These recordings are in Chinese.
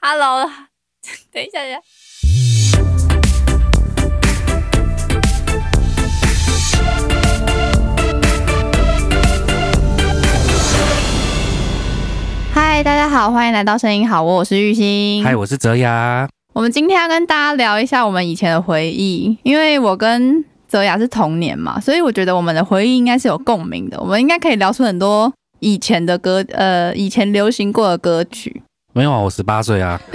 Hello，等一下，等一下。嗨，大家好，欢迎来到声音好我，我是玉兴。嗨，我是泽雅。我们今天要跟大家聊一下我们以前的回忆，因为我跟泽雅是童年嘛，所以我觉得我们的回忆应该是有共鸣的，我们应该可以聊出很多以前的歌，呃，以前流行过的歌曲。没有啊，我十八岁啊。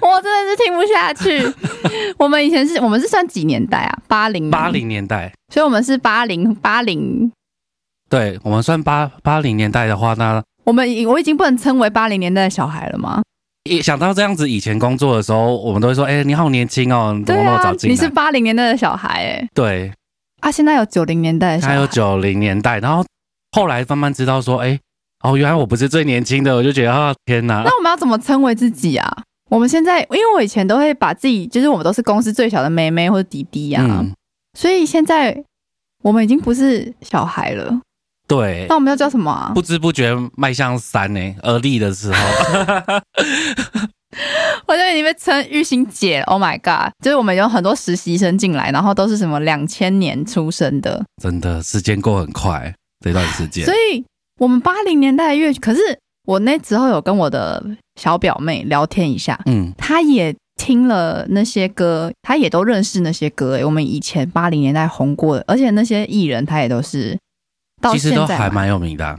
我真的是听不下去。 我们以前是我们是算几年代啊？八零八，零年代，所以我们是八零八零。对我们算八八零年代的话，那我们已我已经不能称为八零年代的小孩了吗？一想到这样子，以前工作的时候，我们都会说：“哎、你好年轻哦，你怎对么那么啊早，进你来？”是八零年代的小孩哎、对，啊，现在有九零年代的小还孩，有九零年代，然后后来慢慢知道说：“哎、哦，原来我不是最年轻的。”我就觉得啊，天哪！那我们要怎么称为自己啊？我们现在，因为我以前都会把自己，就是我们都是公司最小的妹妹或者弟弟呀、啊，嗯，所以现在我们已经不是小孩了。对那，我们要叫什么啊？不知不觉迈向三呢、而立的 时候，我觉得你被称玉兴姐，Oh my god！就是我们有很多实习生进来，然后都是什么两千年出生的，真的时间过很快，这段时间所。以我们八零年代的乐曲，可是我那时候有跟我的小表妹聊天一下，嗯，她也听了那些歌，她也都认识那些歌、欸。我们以前八零年代红过的，而且那些艺人她也都是到其现实都在啊还嘛蛮有名的啊、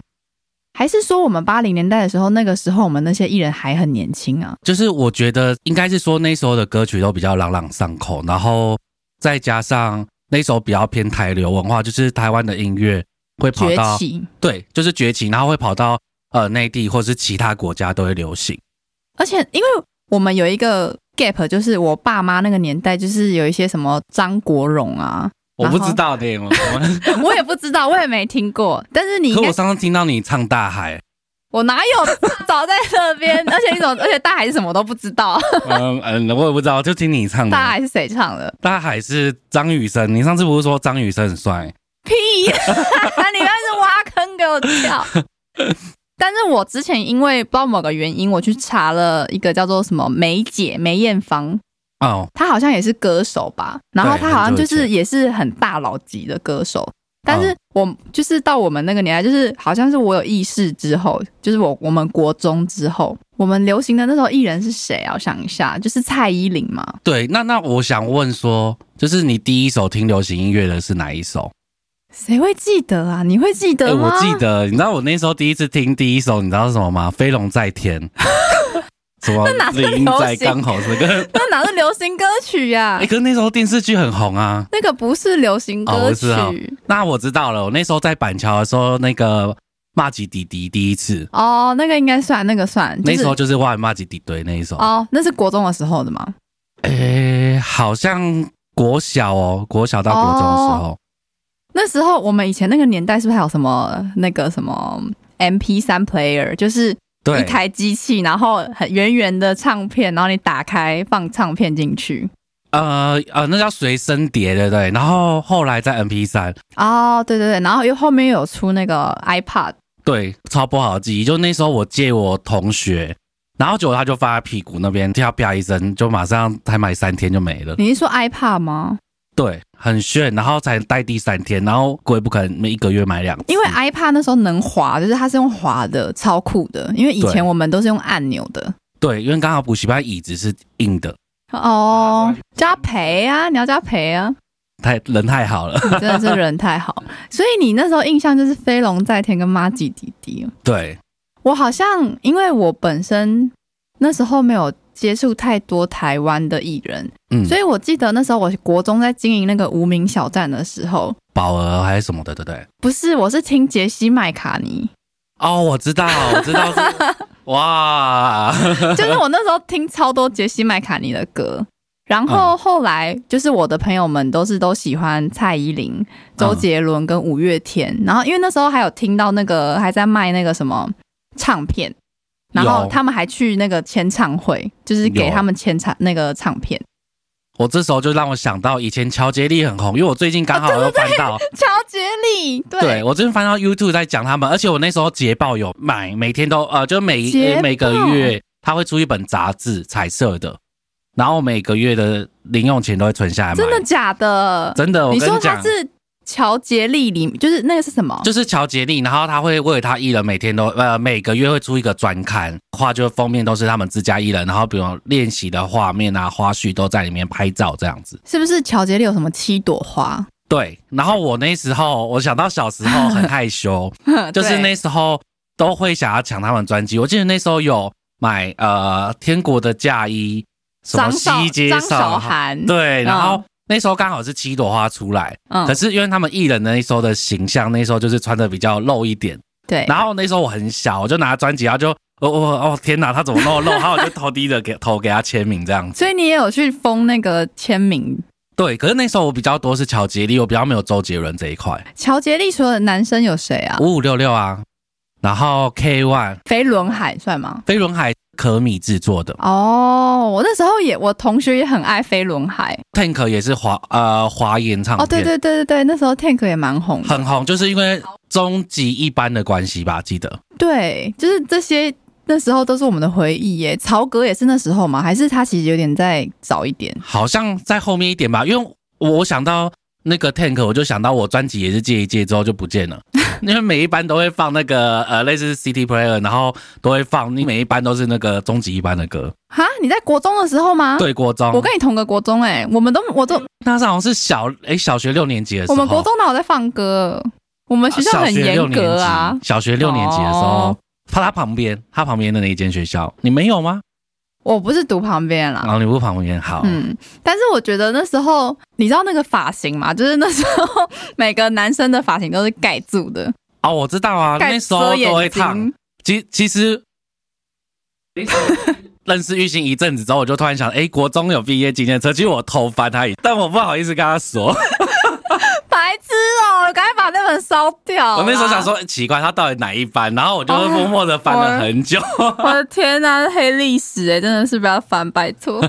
还是说我们八零年代的时候，那个时候我们那些艺人还很年轻啊？就是我觉得应该是说那时候的歌曲都比较朗朗上口，然后再加上那时候比较偏台流文化，就是台湾的音乐会跑崛到起，对，就是崛起，然后会跑到呃内地或是其他国家都会流行。而且因为我们有一个 gap，就是我爸妈那个年代，就是有一些什么张国荣啊， 我然后不知道的，我我我也不知道，我也没听过，但是 你应可该我上次听到你唱《大 海我哪有早在那边？而且一种，而且大海是什么都不知道，》，嗯嗯，我也不知道，就听你唱的。大海是谁唱的？大海是张雨生，你上次不是说张雨生很帅？屁！你那是挖坑给我跳。但是我之前因为不知道某个原因，我去查了一个叫做什么梅姐梅艳芳，哦，她好像也是歌手吧，然后对她好像就很久是以前嗯也是很大佬级的歌手。但是我就是到我们那个年代，就是好像是我有意识之后，就是我我们国中之后，我们流行的那时候艺人是谁啊？我想一下，就是蔡依林嘛，对，那那我想问说，就是你第一首听流行音乐的是哪一首？谁会记得啊？你会记哎，得吗？我记。得，你知道我那时候第一次听第一首，你知道是什么吗？飞龙在天， 什么哪是林流在行刚好是个。那哪是流行歌曲呀、哎、可是那时候电视剧很红啊。那个不是流行哦歌我曲，知道那我知道了，我那时候在板桥的时候，那个骂吉弟弟第一次，哦那个应该算，那个算。就那是、时候就是哇骂吉弟对那一首。哎、哦，那是国中的时候的吗？好像国小哦，国小到国中的时候，哦那时候我们以前那个年代是不是还有什么那个什么 M P 三 player，就是一对，台机器，然后很圆圆的唱片，然后你打开放唱片进去。呃呃，那叫随身碟，对不对？然后后来在 MP 三，哦，对对对，然后又后面又有出那个 iPad，对，超不好的记忆。就那时候我借我同学，然后结果他就放在屁股那边，跳啪一声，就马上才买三天就没了。你是说 iPad 吗？对，很炫，然后才戴第三天，然后鬼不可能一个月买两次，因为 iPad 那时候能滑，就是它是用滑的，超酷的。因为以前对我们都是用按钮的。对，因为刚好补习班椅子是硬的，哦，叫他陪啊，你要叫他陪啊，太人太 好了。你真的是人太好。所以你那时候印象就是飞龙在天跟妈吉弟弟。对，我好像因为我本身那时候没有接触太多台湾的艺人，嗯，所以我记得那时候我国中在经营那个无名小站的时候，宝儿还是什么的，对不对？不是我是听杰西麦卡尼，哦，我知道，我知 道是，哇， 就是我那时候听超多杰西麦卡尼的歌，然嗯后后来就是我的朋友们都是都喜欢蔡依林、周杰伦跟五月天，嗯然后因为那时候还有听到那个还在卖那个什么唱片，然后有他们还去那个签唱会，就是给有他们签唱那个唱片。我这时候就让我想到以前乔杰利很红，因为我最近刚好啊又翻到，乔杰利，对，对我最近翻到 YouTube 在讲他们，而且我那时候捷报有买，每天都呃，就每捷呃报每个月他会出一本杂志，彩色的，然后每个月的零用钱都会存下来买，真的假的？真的，我你跟说讲他。是乔杰利里，就是那个是什么？就是乔杰利，然后他会为他艺人每天都呃每个月会出一个专刊，画就封面都是他们自家艺人，然后比如练习的画面啊、花絮都在里面拍照这样子。是不是乔杰利有什么七朵花？ 对，然后我那时候我想到小时候很害羞，就是对那时候都会想要抢他们专辑。我记得那时候有买呃天国的嫁衣，什么张韶西街张韶上，涵，对，然后嗯那时候刚好是七朵花出来，可嗯，是因为他们艺人那时候的形象，那时候就是穿的比较露一点。对，然后那时候我很小，我就拿专辑，然后就哦哦哦天哪，他怎么那么露？然后我就偷低着给偷给他签名这样子。所以你也有去封那个签名。对，可是那时候我比较多是乔杰利，我比较没有周杰伦这一块。乔杰利除了男生有谁啊？五五六六啊，然后 K One 飞轮海算吗？飞轮海可米制作的哦，我那时候也，我同学也很爱飞轮海。 ，Tank 也是华呃华研唱片，哦，对对对对对，那时候 Tank 也蛮红的。很红，就是因为终极一班的关系吧，记得对，就是这些，那时候都是我们的回忆耶。曹格也是那时候吗？还是他其实有点再早一点？好像在后面一点吧，因为我我想到。那个 Tank，我就想到我专辑也是借一借之后就不见 了，因为每一班都会放那个呃类似 City Player，然后都会放，你每一班都是那个终极一班的歌。哈，你在国中的时候吗？，对，国中，我跟你同个国中哎，我们都我都那时候好像是小诶、小学六年级的时我候，们国中哪有在放歌？我们学校很严格啊。小学六年级小学六年级的时候哦，他他旁边，他旁边的那一间学校，你没有吗？我不是读旁边然啦，后你不旁边好，嗯，但是我觉得那时候你知道那个发型吗？就是那时候每个男生的发型都是盖住的，哦，我知道啊，盖那时候遮都会眼烫睛。。其其实， 认识玉兴一阵子之后，我就突然想，哎，国中有毕业纪念册，其实我偷翻他一，但我不好意思跟他说，白痴哦、赶快把那本烧掉啦！我那时候想说，诶奇怪，他到底哪一班？然后我就默默的翻了很久。 我的天呐、是黑历史哎、真的是不要翻，拜 托。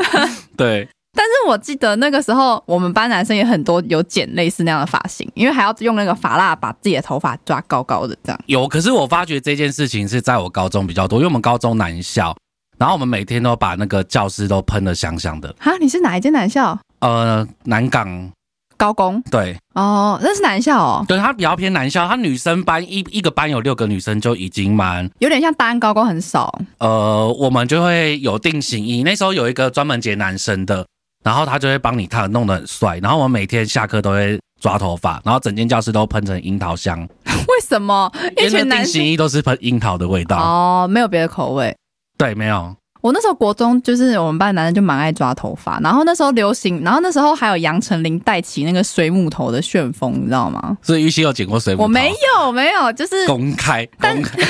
对，但是我记得那个时候，我们班男生也很多有剪类似那样的发型，因为还要用那个发蜡把自己的头发抓高高的这样。有，可是我发觉这件事情是在我高中比较多，因为我们高中男校，然后我们每天都把那个教室都喷的香香的。哈，你是哪一间男校？呃，南港高工对哦，那是男校哦，对，它比较偏南校，它女生班一一个班有六个女生就已经蛮有点像大安高工很 少。呃，我们就会有定型衣。那时候有一个专门剪男生的，然后他就会帮你烫，弄得很帅。然后我们每天下课都会抓头发，然后整间教室都喷成樱桃香，为什么一因为群那定男型生？衣都是喷樱桃的味道。哦，没有别的口味。对，没有我那时候国中就是我们班男生就蛮爱抓头发，然后那时候流行，然后那时候还有杨丞琳带起那个水母头的旋风，你知道吗？所以玉溪有剪过水母我没头有，没有，就是公开公开。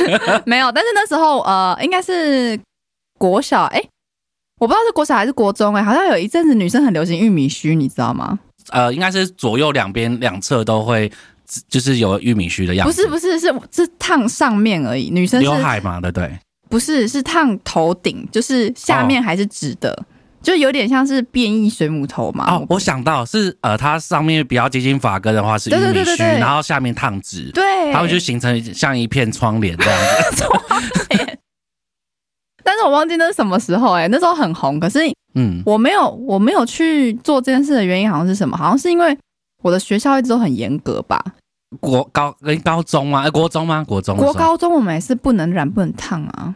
没有。但是那时候呃，应该是国小，哎、我不知道是国小还是国中、哎，好像有一阵子女生很流行玉米须，你知道吗？呃，应该是左右两边两侧都会，就是有玉米须的样不子。是不是是是烫上面而已，女生是刘海嘛，对不对？不是是烫头顶，就是下哦面还是直的，就有点像是变异水母头嘛。哦，我想到是呃，它上面比较接近发根的话是玉对对米对须，对对然后下面烫直，对，它会就形成像一片窗帘这样子。 但是我忘记那是什么时候哎、那时候很红，可是嗯，我没有我没有去做这件事的原因好像是什么？好像是因为我的学校一直都很严格吧。国高诶高中吗？诶国中吗？国中的时国候高中我们也是不能染不能烫啊，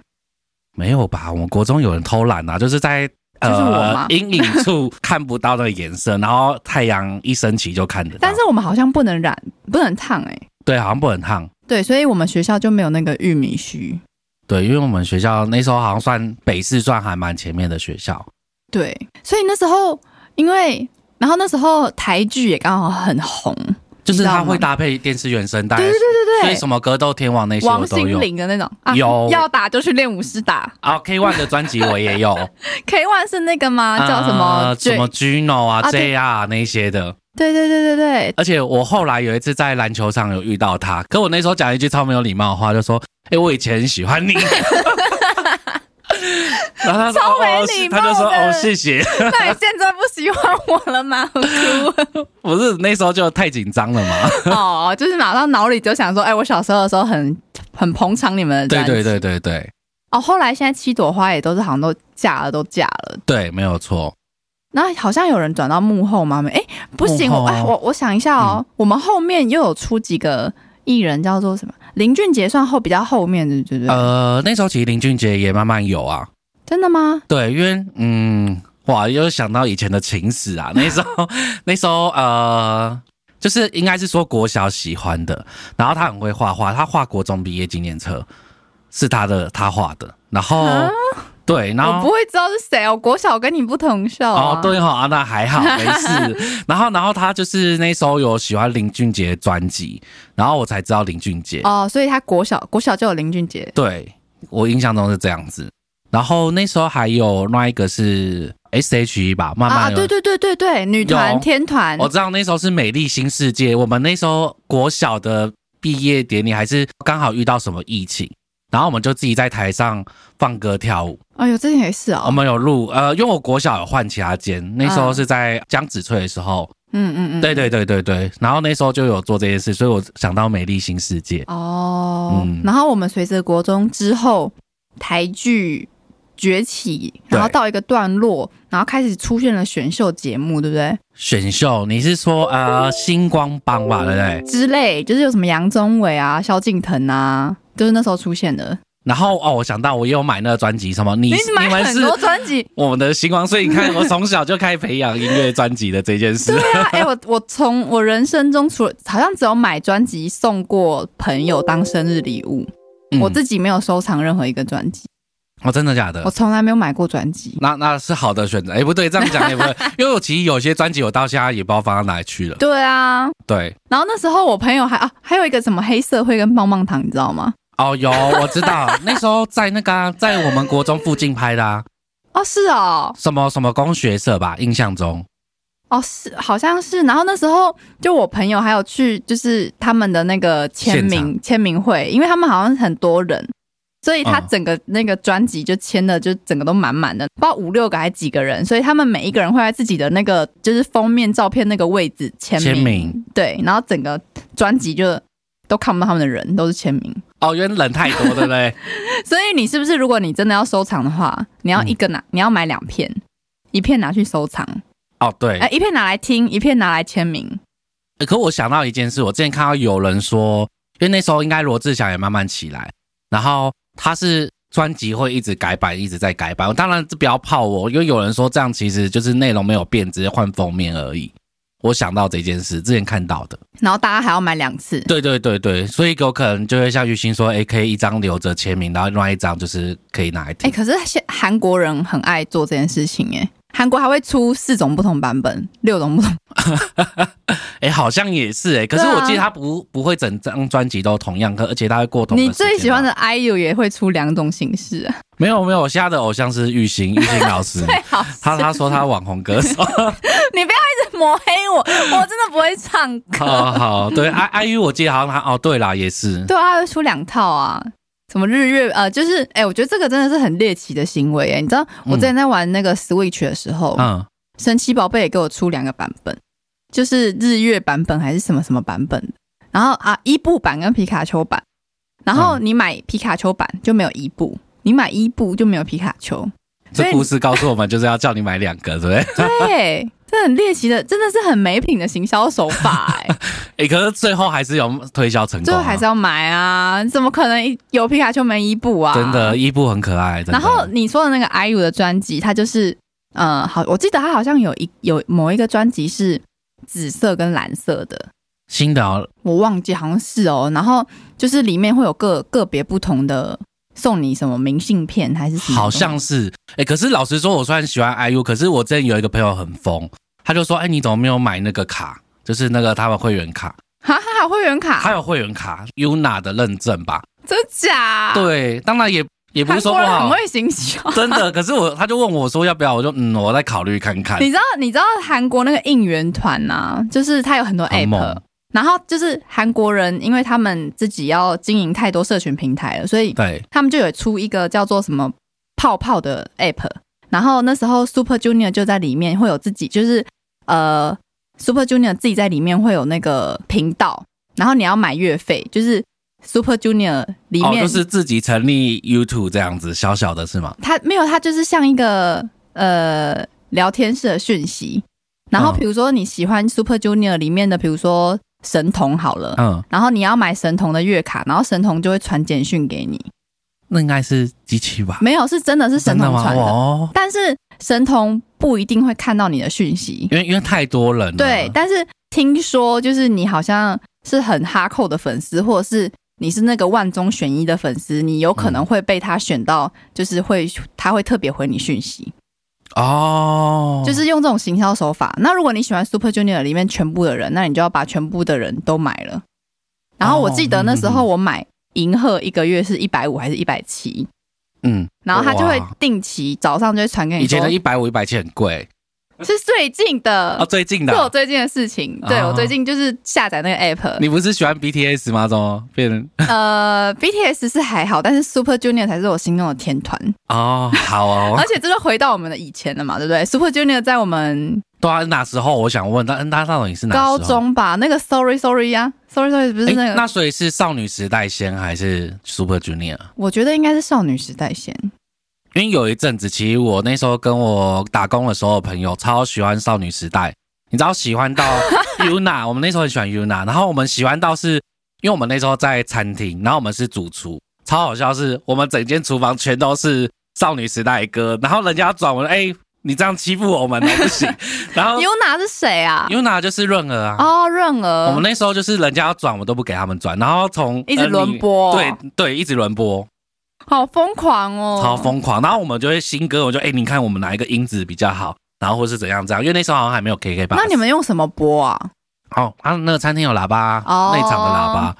没有吧？我们国中有人偷懒啊，就是在。就是我呃嘛，阴影处看不到那个 颜色，然后太阳一升起就看得到。但是我们好像不能染不能烫哎、对，好像不能烫。对，所以我们学校就没有那个玉米须。对，因为我们学校那时候好像算北市算还蛮前面的学校。对，所以那时候因为然后那时候台剧也刚好很红，就是它会你知道搭配电视原声带，对对对哎所以对什么格斗天王那对，些我王都心有。凌的那种啊，有要打就去练武师打。啊，K One 的专辑我也 有， K One 是那个吗？啊叫什呃么？什么 Gino 啊、啊 J 对 R 那些的。对对对对对，而且我后来有一次在篮球场有遇到他，可我那时候讲一句超没有礼貌的话，就说：“哎、我以前很喜欢你。” 然后他说超哦没哦，礼是他就说貌的哦谢谢， 那你现在不喜欢我了吗？我 哭不是那时候就太紧张了嘛，哦，就是马上脑里就想说，哎、我小时候的时候很很捧场你们的对专辑，对对对对哦，后来现在七朵花也都是好像都嫁了，都嫁了。对，没有错，那好像有人转到幕后吗？没，哎，不行，幕后我啊嗯哎，我我想一下哦，我们后面又有出几个艺人，叫做什么？林俊杰算后比较后面的，对不对？呃，那时候其实林俊杰也慢慢有啊，真的吗？对，因为嗯，哇，又想到以前的情史啊，那时候 那时候呃，就是应该是说国小喜欢的，然后他很会画画，他画国中毕业纪念册是他的他画的，然后啊对，然我后不。会知道是谁哦，国小跟你不同校哦啊，对哈、啊，那还好，没 事。然后，然后他就是那时候有喜欢林俊杰的专辑，然后我才知道林俊杰。哦，所以他国小国小就有林俊杰，对我印象中是这样子。然后那时候还有另外一个是 S.H.E 吧，慢慢啊，有对对对对对，女团有天团，我知道那时候是《美丽新世界》，我们那时候国小的毕业典礼还是刚好遇到什么疫情，然后我们就自己在台上放歌跳舞。哎呦，这也是我哦，们有录，呃，因为我国小有换其他间，那时候是在江子翠的时候，嗯嗯嗯，对对对对对，然后那时候就有做这件事，所以我想到《美丽新世界》。哦，嗯然后我们随着国中之后，台剧崛起，然后对到一个段落，然后开始出现了选秀节目，对不对？选秀，你是说呃星光帮吧，对不对？之类，就是有什么杨宗纬啊、萧敬腾啊，就是那时候出现的。然后哦，我想到我也有买那个专辑，什么你你你买们很是，多专辑我们的星光，所以你看我从小就开始培养音乐专辑的这件 事对。 啊，哎、我我从我人生中除了好像只有买专辑送过朋友当生日礼物，嗯我自己没有收藏任何一个专辑，哦，真的假我的？从来没有买过专辑。那那是好的选择，哎、不对，这样讲也 不对，因为我其实有些专辑我到现在也不知道放到哪里去了。对啊，对，然后那时候我朋友还啊，还有一个什么黑社会跟棒棒糖，你知道吗？哦，有，我知道， 那时候在那个啊、在我们国中附近拍的、啊，哦，是哦，什么什么工学社吧，印象中，哦是，好像是。然后那时候就我朋友还有去，就是他们的那个签现名签名会，因为他们好像很多人，所以他嗯整个那个专辑就签的就整个都满满的，不知道五六个还是几个人，所以他们每一个人会在自己的那个就是封面照片那个位置签名，签名对，然后整个专辑就都看不到他们的人，都是签名。哦，因为人太多，对不对？所以你是不是如果你真的要收藏的话，你要一个拿，你要买两片，一片拿去收藏，哦，对。 哎、一片拿来听，一片拿来签名。可我想到一件事，我之前看到有人说，因为那时候应该罗志祥也慢慢起来，然后他是专辑会一直改版，一直在改版。当然这不要泡我，因为有人说这样其实就是内容没有变，只是换封面而已。我想到这件事，之前看到的。然后大家还要买两次，对对对对，所以有可能就会像玉兴说，诶，可以一张留着签名，然后另外一张就是可以拿来哎、听。可是现韩国人很爱做这件事情、哎，韩国还会出四种不同版本，六种不同，诶，好像也是诶，可是对啊我记得他不不会整张专辑都同样，可而且他会过同。你最喜欢的 IU 也会出两种形式、哎啊，没有没有，我现在的偶像是玉兴，玉兴 老师。最好是他他说他网红 歌手，你不要一直抹黑 我，我真的不会唱歌。好哦好对，i i u 我记得好像他哦，对啦，也是，对啊，他会出两套啊，什么日月呃，就是哎、我觉得这个真的是很猎奇的行为哎、你知道我之前在玩那个 Switch 的时候，嗯，神奇宝贝也给我出两个版本，就是日月版本还是什么什么版本的然后啊，伊布版跟皮卡丘版。然后嗯你买皮卡丘版就没有伊布，你买伊布就没有皮卡丘。所这以故事告诉我们就是要叫你买两个，对 不对？对，这很猎奇的，真的是很没品的行销手法 哎、哎，可是最后还是有推销成功啊，最后还是要买啊，怎么可能一有皮卡丘没伊布啊？真的，伊布很可爱，真的然后你说的那个 IU 的专辑，它就是，嗯，好，我记得它好像有一有某一个专辑是紫色跟蓝色的，新的哦我忘记好像是哦。然后就是里面会有个个别不同的送你什么明信片还是什么，好像是，哎，可是老实说，我虽然喜欢 IU，可是我之前有一个朋友很疯，他就说，哎，你怎么没有买那个卡？就是那个他们会员卡，哈哈有会员卡他，有会员卡 UNA 的认证吧？真假？，对，当然也也啊不韩是说国不人好很，会行销。真的，可是我他就问我说要不要，我就嗯，我再考虑看看。你知道你知道韩国那个应援团呐、就是它有很多很 app，猛然后就是韩国人，因为他们自己要经营太多社群平台了，所以对，他们就有出一个叫做什么泡泡的 app，然后那时候 Super Junior 就在里面会有自己就是呃 Super Junior 自己在里面会有那个频道，然后你要买月费，就是 Super Junior 里哦，面、就是自己成立 YouTube 这样子，小小的是吗？它没有，它就是像一个呃聊天室的讯息。然后嗯比如说你喜欢 Super Junior 里面的，比如说神童好了，嗯，然后你要买神童的月卡，然后神童就会传简讯给你。那应该是机器吧？没有，是真嗯的是神真的童吗？传的，哦，但是神童不一定会看到你的讯息。因为因为太多人了。对，但是听说就是你好像是很哈扣的粉丝，或者是你是那个万中选一的粉丝，你有可能嗯会被他选到，就是会他会特别回你讯息。哦，就是用这种行销手法。那如果你喜欢 Super Junior 里面全部的人，那你就要把全部的人都买了。然后我记得那时候我买银鹤一个月是一百五还是一百七，嗯，然后他就会哇定期早上就会传给你以说前的，一百五、一百七很贵是最近的，哦，最近的是我啊。最近的事情。对哦我最近就是下载那个 app，你不是喜欢 BTS 吗？怎么 变？呃，BTS 是还好，但是 Super Junior 才是我心中的天团。哦，好哦 而，且这就回到我们的以前了嘛，对不对？Super Junior 在我们对啊，哪时候我想问，那那到底是哪时高候？中吧，那个 Sorry Sorry 呀、s o r r y Sorry 不是诶那个那所以是少女时代先还是 Super Junior？我觉得应该是少女时代先。因为有一阵子，其实我那时候跟我打工的时候的朋友超喜欢少女时代，你知道喜 欢到 Yuna，我们那时候很喜欢 Yuna，然后我们喜欢到是因为我们那时候在餐厅，然后我们是主厨，超好笑是，我们整间厨房全都是少女时代的歌，然后人家转文，哎、你这样欺负我们哦，不行，然后 Yuna 是谁啊？ Yuna 就是润儿啊。哦，润儿。我们那时候就是人家要转，我们都不给他们转，然后从一直轮播呃你对对，一直轮播，好疯狂哦，超。疯狂。然后我们就会新歌，我就哎、你看我们哪一个音质比较好，然后或是怎样怎样，因为那时候好像还没有 KK 吧。那你们用什么播啊？哦，啊，那个餐厅有喇叭，哦内场的喇叭，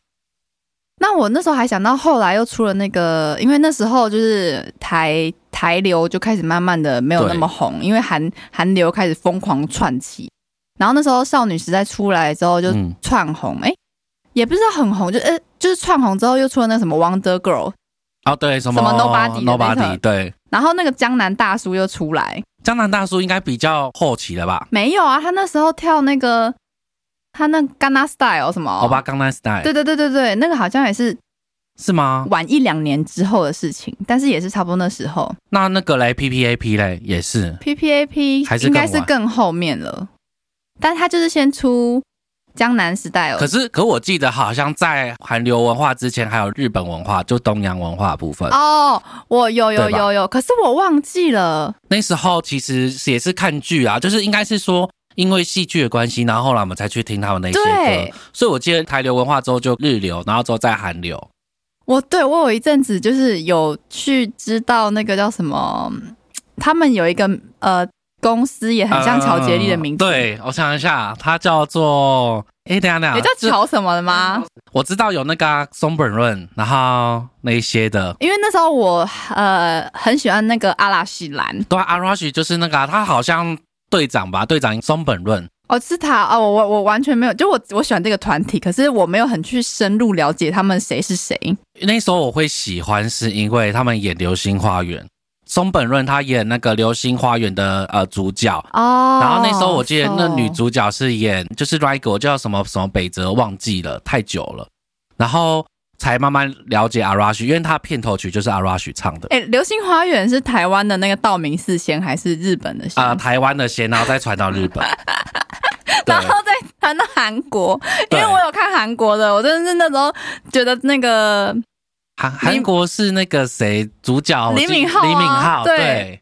那我那时候还想到，后来又出了那个，因为那时候就是台台流就开始慢慢的没有那么红，因为韩韩流开始疯狂窜起。然后那时候少女时代出来之后就嗯窜红，哎、也不知道很红，就呃就是窜红之后又出了那个什么 Wonder Girl，哦对，什么什么 Nobody 的那个 Nobody，对。然后那个江南大叔又出来，江南大叔应该比较后期了吧？没有啊，他那时候跳那个他那 Ghana Style 什么？欧哦巴，江南 style 哦对对对对对，那个好像也是是吗？晚一两年之后的事情，但是也是差不多那时候。那那个嘞，P P A P 嘞也是 P P A P 还是应更该晚是更后面了，但他就是先出江南哦 Style，可是，可我记得好像在韩流文化之前，还有日本文化，就东洋文化的部分。哦，我有有呃对吧有有，可是我忘记了。那时候其实也是看剧啊，就是应该是说因为戏剧的关系，然后后来我们才去听他们那些对歌。所以我记得台流文化之后就日流，然后之后再韩流。我对我有一阵子就是有去知道那个叫什么，他们有一个呃公司也很像乔杰利的名字，呃，对，我想一下，它叫做哎，等一下等一下，也叫这。乔什么的吗？我知道有那个啊松本润，然后那一些的。因为那时候我呃很喜欢那个阿拉西兰对啊，阿 Rush 就是那个啊、他好像队长吧，队长松本润。哦，是他哦，我我我完全没有，就我我喜欢这个团体，可是我没有很去深入了解他们谁是谁。那时候我会喜欢，是因为他们演《流星花园》，松本润他演那个《流星花园》的呃主角，哦然后那时候我记得那女主角是演就是 Rigo 叫什么什么北泽忘记了太久了，然后才慢慢了解 Arash，因为他片头曲就是 Arash 唱的哎、流星花园》是台湾的那个道明寺仙还是日本的仙？啊、台湾的先，然后再传到 日本。对然后再传到韩国，因对为我有看韩国的，我真的是那时候觉得那个韩韩国是那个谁主角李敏镐啊李敏镐对对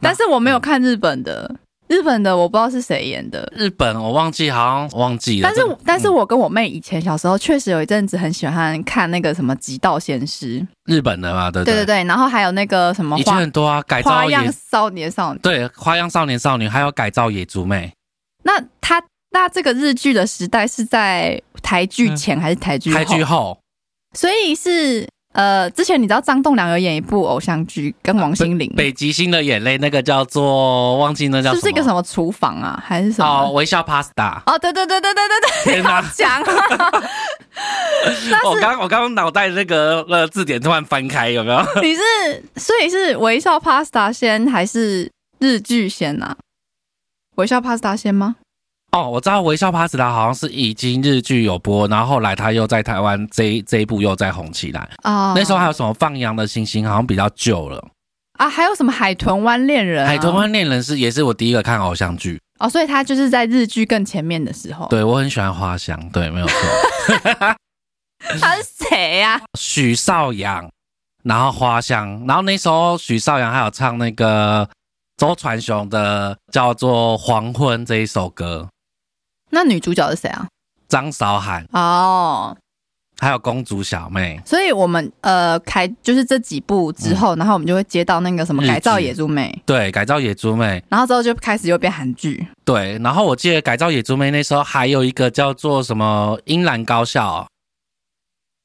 但是我没有看日本的，日本的我不知道是谁演的。日本我忘记好像忘记了，但是这个我，但是嗯我跟我妹以前小时候确实有一阵子很喜欢看那个什么《极道鲜师》，日本的嘛，对对对对，然后还有那个什么以前花很多啊，改花造样野少年少女。对花样少年少女，还有改造野猪妹，那他那这个日嗯剧的时代是在台剧前还是台剧后？开剧后所以是呃，之前你知道张栋梁有演一部偶像剧，跟啊王心凌，北极星的眼泪那个叫做忘记那叫是不是一个什么？么厨房啊，还是什哦，么？微笑 Pasta。哦，对对对对对对 对，天哪！讲啊，我刚我刚脑袋那个呃字典突然翻开，有 没有？你是所以是微笑 Pasta 先还是日剧先啊？微笑 Pasta 先吗？哦，我知道《微笑 Pasta》好像是已经日剧有播，然后后来他又在台湾这一这一部又再红起来。啊、那时候还有什么放羊的星星，好像比较旧了。啊，还有什么海豚湾恋人、啊？海豚湾恋人是也是我第一个看偶像剧，哦，所以他就是在日剧更前面的时候。，对我很喜欢花香，对，没有错， 他是谁啊呀、许绍洋，然后花香，然后那时候许绍洋还有唱那个周传雄的叫做《黄昏》这一首歌，那女主角是谁啊？张韶涵哦，还有公主小妹，所以我们呃开就是这几部之后，然后我们就会接到那个什么嗯日剧改造野猪妹，对，改造野猪妹，然后之后就开始又变韩剧。对，然后我记得改造野猪妹那时候还有一个叫做什么英兰高校，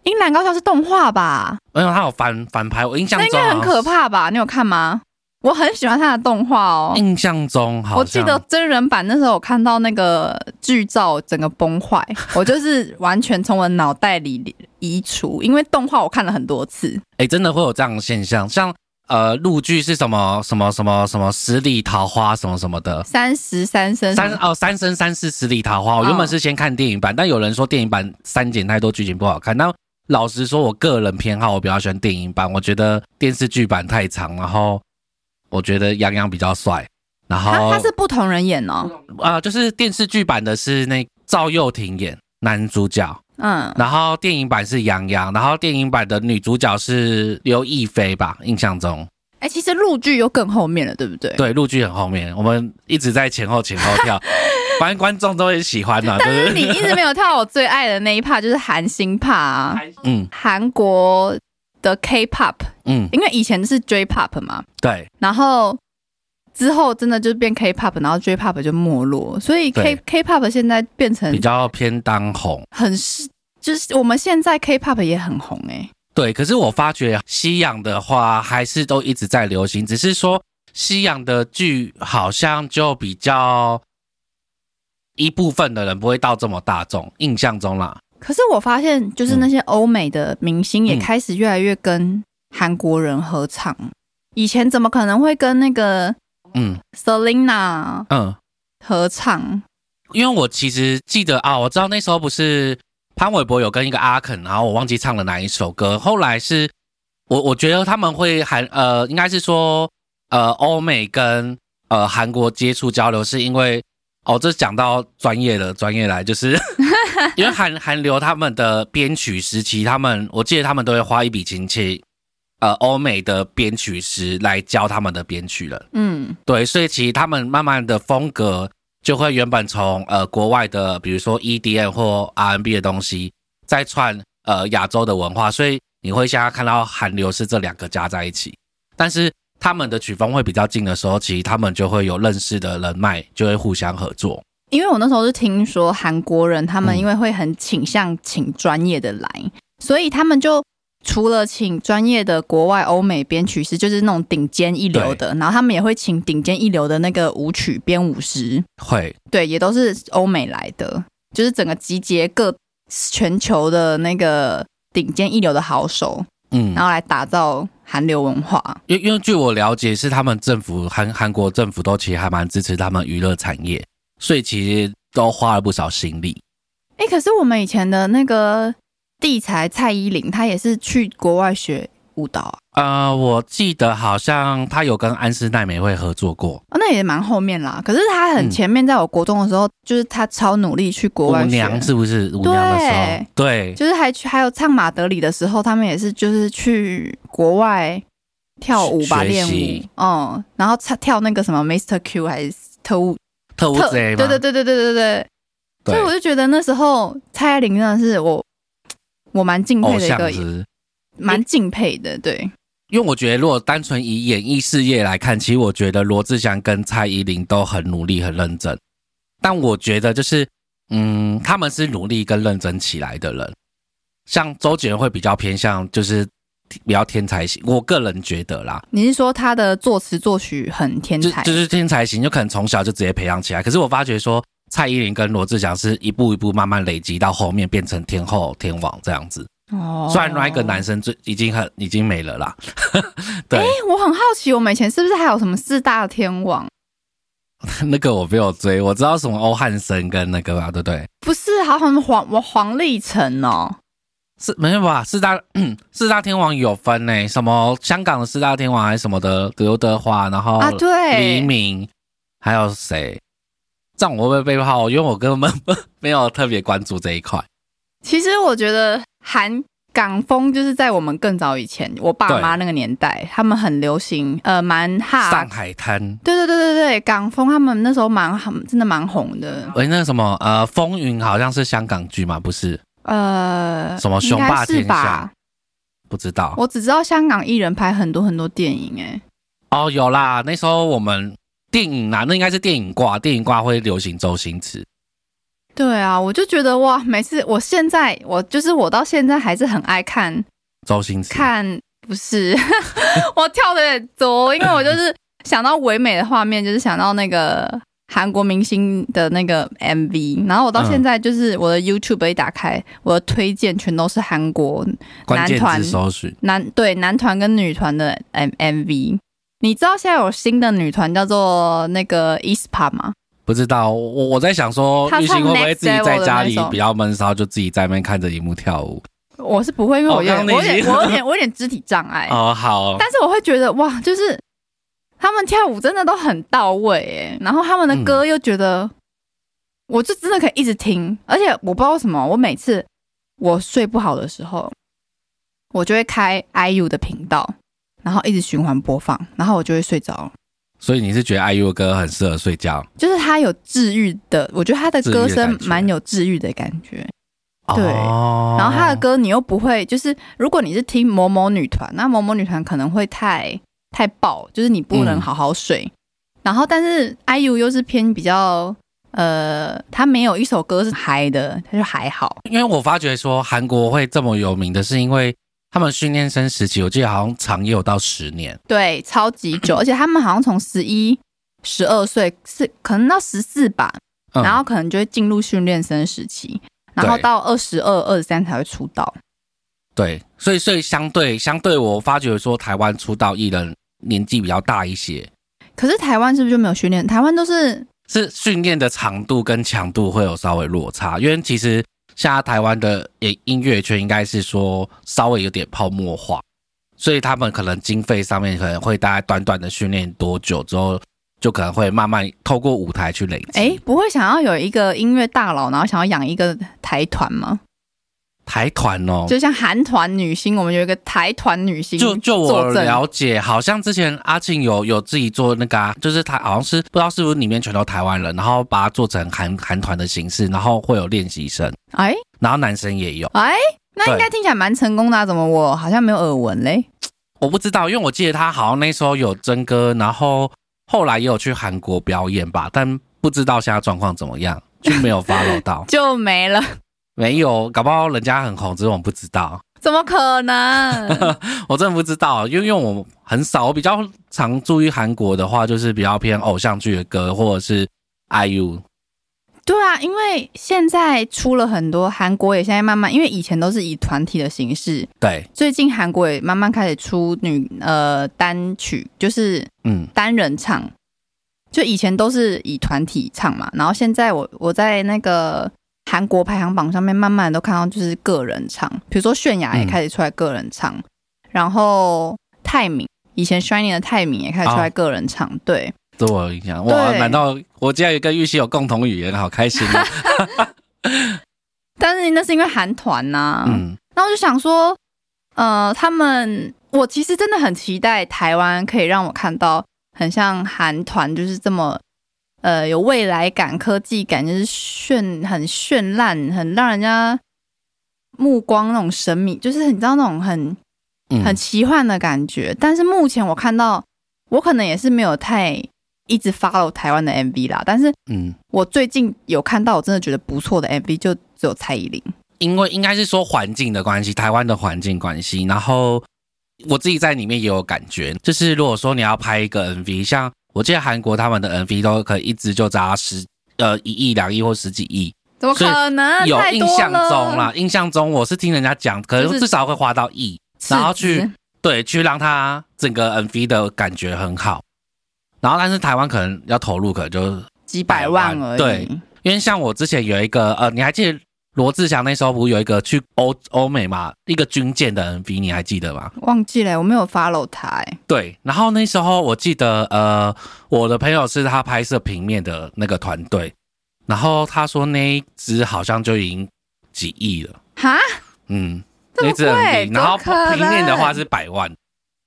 樱兰高校是动画吧？因为它有反反拍，我印象那中应该很好像可怕吧？你有看吗？我很喜欢它的动画哦。印象中嗯好像我记得真人版那时候，我看到那个剧照整个崩坏， 我就是完全从我脑袋里移除，因为动画我看了很多次。哎、真的会有这样的现象，像呃，陆剧是什么什么什么什么十里桃花什么什么的，三十三嗯生三哦三生三世十里桃花，我原本是先看电影版，但有人说电影版删减太多剧情不好看，那老实说，我个人偏好我比较喜欢电影版，我觉得电视剧版太长，然后我觉得杨洋比较帅，然后他他是不同人演哦，啊、就是电视剧版的是那赵又廷演男主角，嗯，然后电影版是杨洋然后电影版的女主角是刘亦菲吧，印象中。哎、其实陆剧又更后面了，对不对？。对，啊陆剧很后面，我们一直在前后前后 跳，反正观众都会喜欢啊的，就但是是你一直没有跳到我最爱的那一 part，就是韩星 part 啊，嗯韩国的 K-pop，嗯，因为以前是 J-pop 嘛，对然后之后真的就变 K-pop，然后 J-pop 就没落，所以 K 对 K-pop 现在变成比较偏当红。很是，就是我们现在 K-pop 也很红哎、对，可是我发觉西洋的话还是都一直在流行，只是说西洋的剧好像就比较一部分的人不会到这么大众，印象中啦。可是我发现，就是那些欧美的明星也嗯开始越来越跟韩国人合唱。以前怎么可能会跟那个嗯 Selina 嗯，合唱？因为我其实记得啊，我知道那时候不是潘玮柏有跟一个阿肯，然后我忘记唱了哪一首歌。后来是我我觉得他们会韩呃，应该是说呃欧美跟呃韩国接触交流，是因为哦，这讲到专业了，专业来就是 因为韩韩流他们的编曲时期，他们我记得他们都会花一笔钱去呃欧美的编曲师来教他们的编曲人。嗯，对，所以其实他们慢慢的风格就会原本从呃国外的，比如说 EDM 或 R&B 的东西，再串呃亚洲的文化，所以你会现在看到韩流是这两个加在一起，但是他们的曲风会比较近的时候，其实他们就会有认识的人脉，就会互相合作。因为我那时候是听说韩国人他们嗯因为会很倾向请专业的来，所以他们就除了请专业的国外欧美编曲师，就是那种顶尖一流的，然后他们也会请顶尖一流的那个舞曲编舞师，会，对，也都是欧美来的，就是整个集结各全球的那个顶尖一流的好手，嗯然，后来打造韩流文化。因因为据我了解，是他们政府韩韩国政府都其实还蛮支持他们娱乐产业，所以其实都花了不少心力。哎、可是我们以前的那个地才蔡依林，她也是去国外学舞蹈啊，呃，我记得好像他有跟安室奈美惠合作过，哦那也蛮后面啦。可是她很嗯前面，在我国中的时候，就是她超努力去国舞外学，娘是不是？舞娘的时候，对，就是还去还有唱马德里的时候，他们也是就是去国外跳舞吧，学练舞习，嗯，然后跳跳那个什么 Mr. Q 还是特务特务特，贼对嘛，对对对对对对，所以我对，就觉得那时候蔡依林真的是我我蛮敬佩偶的一像个，值。蛮敬佩的，对。因为我觉得，如果单纯以演艺事业来看，其实我觉得罗志祥跟蔡依林都很努力、很认真。但我觉得就是，嗯，他们是努力跟认真起来的人。像周杰伦会比较偏向就是比较天才型，我个人觉得啦，你是说他的作词作曲很天就才？就是天才型，就可能从小就直接培养起来。可是我发觉说，蔡依林跟罗志祥是一步一步慢慢累积到后面变成天后天王这样子。哦虽然那一个男生最已经很已经没了啦， 对，哎我很好奇，我们以前是不是还有什么四大天王？那个我没有追，我知道什么欧汉声跟那个吧，对不对？不是，好像黄我黄立成哦，是没有吧？四大四大天王有分呢、什么香港的四大天王还是什么的，刘德华，然后啊对黎明，还有谁？这样我会不会被泡？因为我根本 没有特别关注这一块。其实我觉得韩港风就是在我们更早以前，我爸对妈那个年代，他们很流行，呃，蛮哈上，海滩，对对对对对，港风他们那时候蛮真的蛮红的，喂，那个什么呃，风云好像是香港剧嘛，不是？呃，什么雄霸应该是天吧下？？不知道。我只知道香港艺人拍很多很多电影、哎，哦，有啦，那时候我们电影啊，那应该是电影挂，电影挂会流行周星驰。对啊，我就觉得哇，每次我现在我就是我到现在还是很爱看周星驰，看，不是 我跳的有点多，因为我就是想到唯美的画面，就是想到那个韩国明星的那个 MV，然后我到现在就是我的 YouTube 一打开，我的推荐全都是韩国关键男团字搜寻男对男团跟女团的 M MV。你知道现在有新的女团叫做那个 ISPA 吗？不知道，我我在想说，他玉唱兴会不会 Next 自己在家 Level 的里那种比较闷骚，就自己在那边看着荧幕跳舞？我是不会，因为哦我有点、刚刚我那有集点我有点我有点肢体障碍。 哦，好，但是我会觉得哇，就是他们跳舞真的都很到位哎，然后他们的歌又觉得，我就真的可以一直听，而且我不知道为什么，我每次我睡不好的时候，我就会开 IU 的频道，然后一直循环播放，然后我就会睡着。所以你是觉得 IU 的歌很适合睡觉？就是他有治愈的，我觉得他的歌声蛮有治愈的感觉。对哦然后他的歌你又不会，就是如果你是听某某女团，那某某女团可能会太太爆，就是你不能嗯好好睡。然后但是 IU 又是偏比较呃，他没有一首歌是嗨的，他就还好。因为我发觉说韩国会这么有名的是因为他们训练生时期，我记得好像长也有到十年，对，超级 久，而且他们好像从十一、十二岁是可能到十四吧，嗯、然后可能就会进入训练生时期，然后对到二十二、二十三才会出道。对，所以所以相对相对，我发觉说台湾出道艺人年纪比较大一些，可是台湾是不是就没有训练？台湾都是是训练的长度跟强度会有稍微落差，因为其实现在台湾的也音乐圈应该是说稍微有点泡沫化，所以他们可能经费上面可能会大概短短的训练多久之后，就可能会慢慢透过舞台去累积。哎、不会想要有一个音乐大佬，然后想要养一个台团吗？台团哦，就像韩团女星，我们有一个台团女星就就我坐镇了解，好像之前阿庆有有自己做那个、啊，就是他好像是不知道是不是里面全都台湾人，然后把它做成韩韩团的形式，然后会有练习生，哎然后男生也有。哎、那应该听起来蛮成功的、啊，怎么我好像没有耳闻嘞？。我不知道，因为我记得他好像那时候有真歌，然后后来也有去韩国表演吧，但不知道现在状况怎么样，就没有 follow 到 就没了， 没有，搞不好人家很红，只是我们不知道。怎么可 能？我真的不知道，因为因为我很少，我比较常注意韩国的话，就是比较偏偶像剧的歌，或者是 IU 对啊，因为现在出了很多韩国也现在慢慢，因为以前都是以团体的形式，对，最近韩国也慢慢开始出女呃单曲，就是嗯，单人唱，就以前都是以团体唱嘛，然后现在我我在那个韩国排行榜上面慢慢都看到就是个人唱，比如说泫雅也嗯开始出来个人唱，然后泰敏以前 Shining 的泰敏也开始出来哦个人唱，对，对我有影响。哇，对难道我竟然跟玉溪有共同语言，好开心 啊！但是那是因为韩团呐、嗯，然后我就想说，呃，他们我其实真的很期待台湾可以让我看到很像韩团，就是这么呃有未来感、科技感，就是绚很绚烂，很让人家目光那种神秘，就是你知道那种很嗯很奇幻的感觉。但是目前我看到，我可能也是没有太一直 follow 台湾的 MV 啦，但是嗯，我最近有看到我真的觉得不错的 MV，就只有蔡依林。因为应该是说环境的关系，台湾的环境关系，然后我自己在里面也有感觉，就是如果说你要拍一个 MV，像我记得韩国他们的 MV 都可以一支就砸十呃一亿、两亿或十几亿，怎么可能？有啊太印多象了中啦，，印象中我是听人家讲，可就是能至少会花到亿，然后赤去字对去让它整个 MV 的感觉很好。然后，但是台湾可能要投入，可能就几百万而已。对因为像我之前有一个呃，你还记得罗志祥那时候不是有一个去欧欧美嘛，一个军舰的 MV，你还记得吗？忘记了，我没有 follow 他、欸。对，然后那时候我记得，呃，我的朋友是他拍摄平面的那个团队，然后他说那一支好像就已经几亿了，哈，嗯，这么那支 MV，贵然后怎么可能平面的话是百万，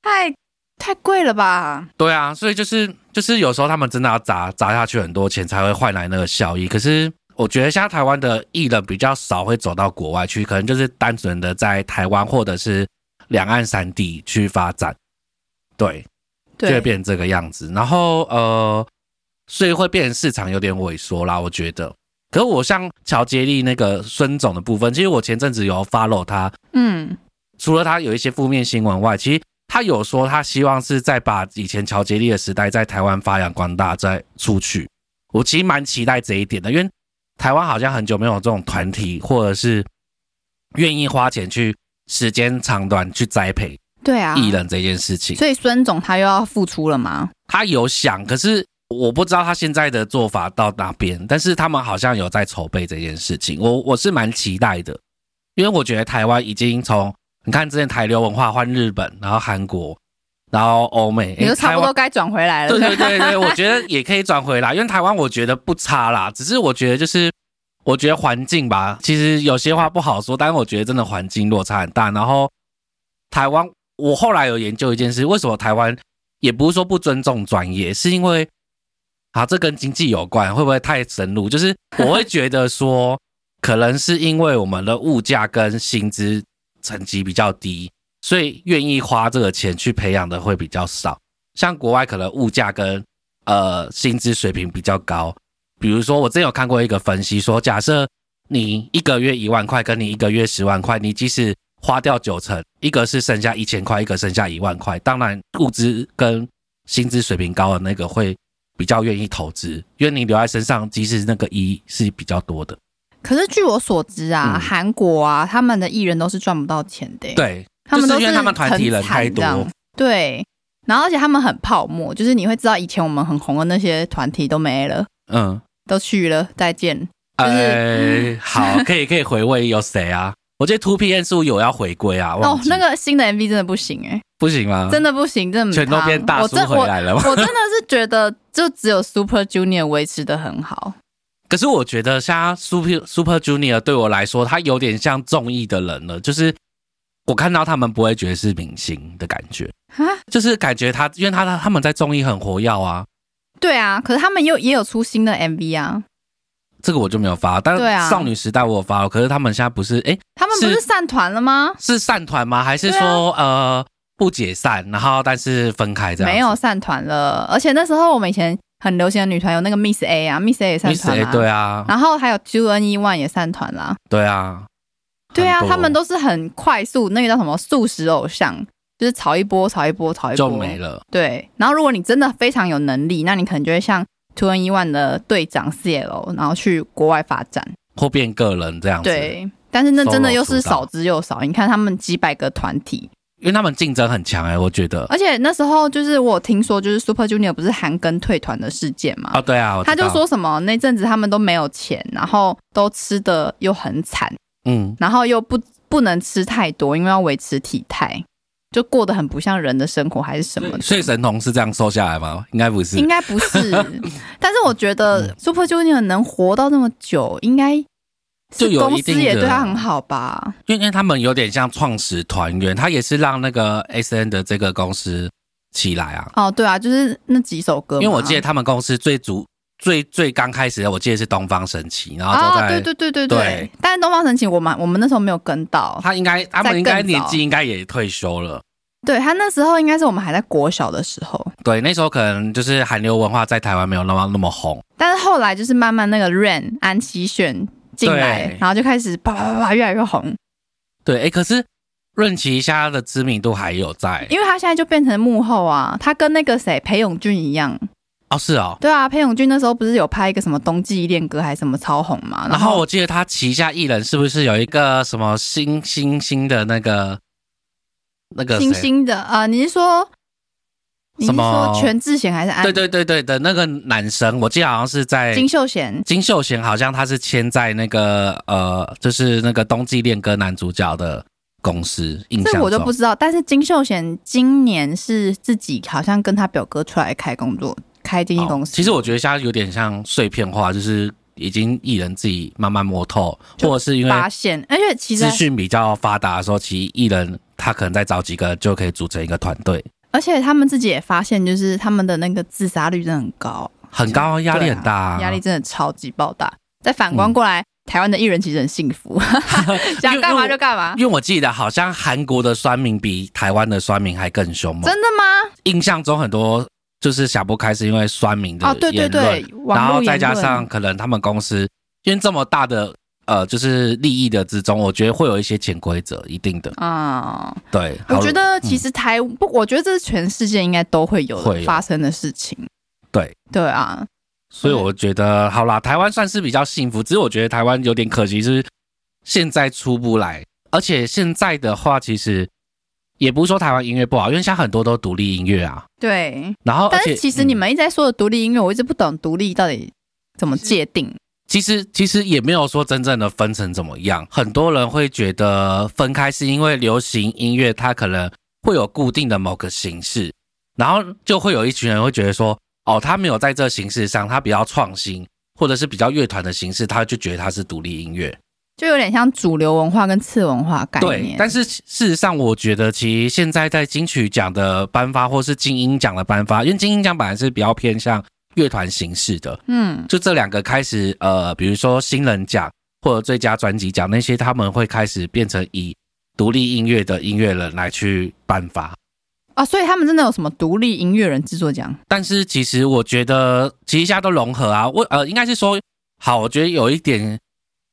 太太贵了吧？对啊，所以就是就是有时候他们真的要砸砸下去很多钱才会换来那个效益，可是。我觉得现在台湾的艺人比较少会走到国外去，可能就是单纯的在台湾或者是两岸三地去发展。对，就会对，变成这个样子。然后呃，所以会变成市场有点萎缩啦，我觉得。可是我像乔杰利那个孙总的部分，其实我前阵子有 follow 他，嗯，除了他有一些负面新闻外，其实他有说他希望是再把以前乔杰利的时代在台湾发扬光大，再出去。我其实蛮期待这一点的，因为台湾好像很久没有这种团体，或者是愿意花钱去时间长短去栽培对啊。艺人这件事情。所以孙总他又要复出了吗？他有想，可是我不知道他现在的做法到哪边。但是他们好像有在筹备这件事情，我我是蛮期待的，因为我觉得台湾已经从你看之前台流文化换日本，然后韩国，然后欧美，也诶就差台不湾多该转回来了。对对对对，我觉得也可以转回来，因为台湾我觉得不差啦，只是我觉得就是我觉得环境吧，其实有些话不好说，但是我觉得真的环境落差很大。然后台湾，我后来有研究一件事，为什么台湾也不是说不尊重专业，是因为啊，这跟经济有关，会不会太深入？就是我会觉得说，可能是因为我们的物价跟薪资层级比较低，所以愿意花这个钱去培养的会比较少。像国外可能物价跟呃薪资水平比较高。比如说，我之前有看过一个分析说，假设你一个月一万块，跟你一个月十万块，你即使花掉九成，一个是剩下一千块，一个剩下一万块，当然物资跟薪资水平高的那个会比较愿意投资，因为你留在身上，即使那个一是比较多的。 可是据我所知啊，嗯韩国啊，他们的艺人都是赚不到钱的、欸。对，他们就都是因为他们团体人很惨太多这样对，然后而且他们很泡沫，就是你会知道以前我们很红的那些团体都没了，嗯，都去了，再见。就是嗯呃，好，可以可以回味有谁啊？我觉得 Two PM 是不是有要回归啊？哦忘，记那个新的 MV 真的不行哎、不行吗？真的不行，真的啊全都变大嗯我叔真回我 来了吗？我真的是觉得，就只有 Super Junior 维持的很好。可是我觉得像 Super Super Junior 对我来说，他有点像综艺的人了，就是我看到他们不会觉得是明星的感觉啊，就是感觉他，因为他他他们在综艺很活跃啊，对啊，可是他们又也有出新的 MV 啊，这个我就没有发，但对啊少女时代我有发，可是他们现在不是，哎，他们不是是散团了吗？是散团吗？还是对啊说、呃不解散，然后但是分开这样？没有，散团了，而且那时候我们以前很流行的女团有那个 Miss A 啊，Miss A 也散你团谁啦、？对啊，然后还有 G N E One 也散团啦，对啊，对啊，很多他们都是很快速，那个叫什么素食偶像，就是炒一波，炒一波，炒一波就没。了。对，然后如果你真的非常有能力，那你可能就会像 Two N E One 的队长 C L，然后去国外发展。或变个人这样子，对，但是那真的 Solo 又是出道少之又少。你看他们几百个团体，因为他们竞争很强哎、我觉得而且那时候就是我有听说，就是 Super Junior 不是韩庚退团的事件嘛，哦，对啊，我知他就道说什么那阵子他们都没有钱，然后都吃的又很惨，嗯，然后又不不能吃太多，因为要维持体态，就过得很不像人的生活还是什么的。所以神童是这样瘦下来吗？应该不是嗯应。该不 是，但是我觉得 Super Junior 能活到那么久，应该就是有公一司定的也对他很好吧？因为因为他们有点像创始团员，他也是让那个 S N 的这个公司起来啊。哦，对啊，就是那几首歌嘛。因为我记得他们公司最主最最刚开始的，我记得是东方神起，然后都啊，在、对对对对对。对但是东方神起，我们我们那时候没有跟到，他应该他们应在该更早年纪应该也退休了。对他那时候应该是我们还在国小的时候，对，那时候可能就是韩流文化在台湾没有那么那么红，但是后来就是慢慢那个 Rain 安七炫进来对，然后就开始叭叭叭叭越来越红。对，哎，可是润琪现在的知名度还有在因为他现在就变成幕后啊，他跟那个谁裴勇俊一样，哦，是哦。对啊，裴勇俊那时候不是有拍一个什么冬季恋歌还是什么超红嘛，然啊后我记得他旗下艺人是不是有一个什么新新新的那个那个谁啊星星的呃，你是说你是什么说全智贤还是安对对对对的那个男生，我记得好像是在金秀贤？金秀贤，好像他是签在那个呃，就是那个冬季恋歌男主角的公司，印象这中我就不知道，但是金秀贤今年是自己好像跟他表哥出来开工作，开经纪公司。哦其实我觉得现在有点像碎片化，就是已经艺人自己慢慢摸透，就或者是因为发现，而且其实资讯比较发达的时候，其实艺人他可能再找几个就可以组成一个团队，而且他们自己也发现，就是他们的那个自杀率真的很高，很高啊，压力很大啊、嗯压力真的超级爆大。再反观过来，台湾的艺人其实很幸 福， 想干嘛就干嘛。因为我记得好像韩国的酸民比台湾的酸民还更凶猛真，的吗？印象中很多就是想不开是因为酸民的哦，对对言论对，然网后络再言加论上可能他们公司因为这么大的呃，就是利益的之中，我觉得会有一些潜规则，一定的啊、对。我好觉得其实台不，我觉得这是全世界应该都会有嗯会的有发生的事情。对对啊，所以我觉得好啦，台湾算是比较幸福，只是我觉得台湾有点可惜，是现在出不来，而且现在的话，其实也不是说台湾音乐不好，因为现在很多都独立音乐啊。对。然后，但而且是其实嗯你们一直在说的独立音乐，我一直不懂独立到底怎么界定。其实其实也没有说真正的分成怎么样，很多人会觉得分开是因为流行音乐它可能会有固定的某个形式，然后就会有一群人会觉得说，哦，他没有在这形式上，他比较创新，或者是比较乐团的形式，他就觉得他是独立音乐。就有点像主流文化跟次文化概对念，，但是事实上，我觉得其实现在在金曲奖的颁发，或是金鹰奖的颁发，因为金鹰奖本来是比较偏向乐团形式的，嗯，就这两个开始，呃，比如说新人奖或者最佳专辑奖那些，他们会开始变成以独立音乐的音乐人来去颁发。啊，所以他们真的有什么独立音乐人制作奖？但是其实我觉得，其实现在都融合啊，我呃，应该是说，好，啊我呃觉得有一点，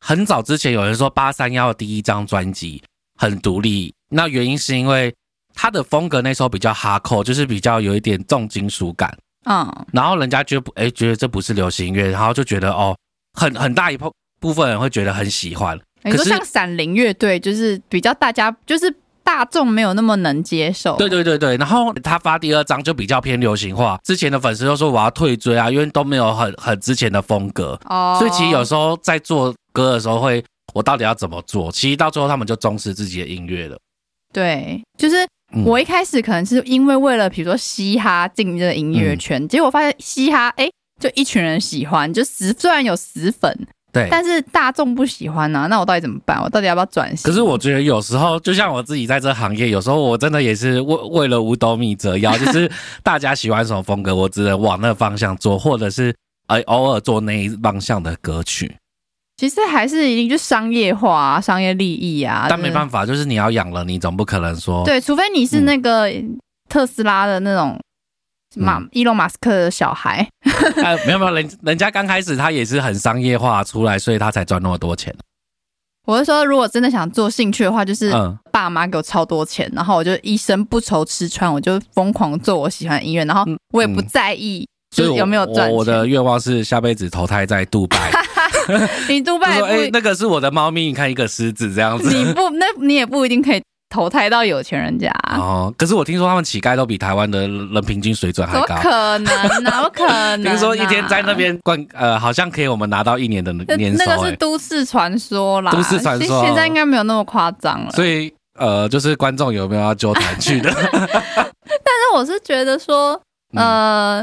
很早之前有人说八三幺的第一张专辑很独立，那原因是因为他的风格那时候比较哈扣，就是比较有一点重金属感。嗯，然后人家觉得不，哎，觉得这不是流行音乐，然后就觉得哦，很很大一部部分人会觉得很喜欢。你可说是像闪灵乐队，就是比较大家就是大众没有那么能接受。对对对对，然后他发第二张就比较偏流行化，之前的粉丝都说我要退追啊，因为都没有很很之前的风格，哦，所以其实有时候在做歌的时候会，我到底要怎么做？其实到最后他们就重视自己的音乐了。对，就是嗯我一开始可能是因为为了比如说嘻哈进这个音乐圈，嗯结果发现嘻哈哎、诶就一群人喜欢，就死虽然有死粉，对，但是大众不喜欢呐、那我到底怎么办？我到底要不要转型？可是我觉得有时候，就像我自己在这行业，有时候我真的也是为为了五斗米折腰，就是大家喜欢什么风格，我只能往那方向做，或者是呃偶尔做那一方向的歌曲。其实还是一定就商业化、啊、商业利益啊，但没法。办法，就是你要养了，你总不可能说对，除非你是那个特斯拉的那种嗯马、伊隆马斯克的小孩，呃，没有没有，人人家刚开始他也是很商业化出来，所以他才赚那么多钱。我是说，如果真的想做兴趣的话，就是嗯，爸妈给我超多钱，然后我就一生不愁吃穿，我就疯狂做我喜欢的音乐，然后嗯我也不嗯在意所就以是我有没有赚我我的钱。愿望是下辈子投胎在杜拜，你杜就 拜说哎、也那个是我的猫咪，你看一个狮子这样不，子。你不，那你也不一定可以投胎到有钱人家。哦，可是我听说他们乞丐都比台湾的人平均水准怎还么高。可能呢、怎么可能、啊？听说一天在那边灌，呃，好像可以我们拿到一年的那，年那收、个是欸都市传说啦，都市传说其实现在应该没有那么夸张了。所以呃，就是观众有没有要纠团去的？ 但我是觉得说，呃，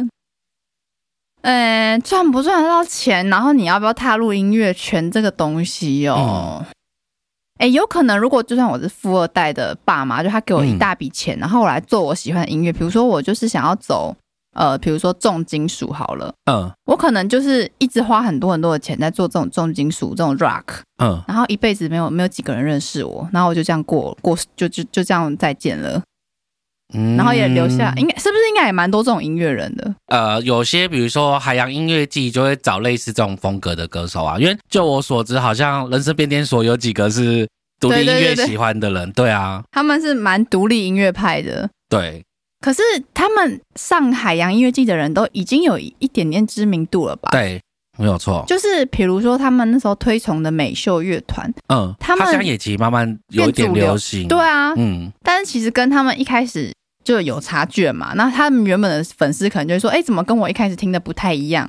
呃，赚不赚得到钱，然后你要不要踏入音乐圈这个东西哦？哎、有可能，如果就算我是富二代的爸妈，就他给我一嗯大笔钱，然后我来做我喜欢的音乐，比如说我就是想要走，呃，比如说重金属好了，嗯我可能就是一直花很多很多的钱在做这种重金属这种 rock，嗯，然后一辈子没有没有几个人认识我，然后我就这样过过就就就这样再见了。嗯然后也留下，应该是不是应该也蛮多这种音乐人的？呃，有些比如说海洋音乐季就会找类似这种风格的歌手啊，因为就我所知，好像人生变电所有几个是。独立音乐对对对喜欢的人，对啊，他们是蛮独立音乐派的。对，可是他们上海洋音乐季的人都已经有一点点知名度了吧？，对，没有错，就是比如说他们那时候推崇的美秀乐团，嗯，他们好像也其实慢慢有一点流行，对，啊，嗯，但是其实跟他们一开始就有差距了嘛。那他们原本的粉丝可能就会说，哎、怎么跟我一开始听的不太一样？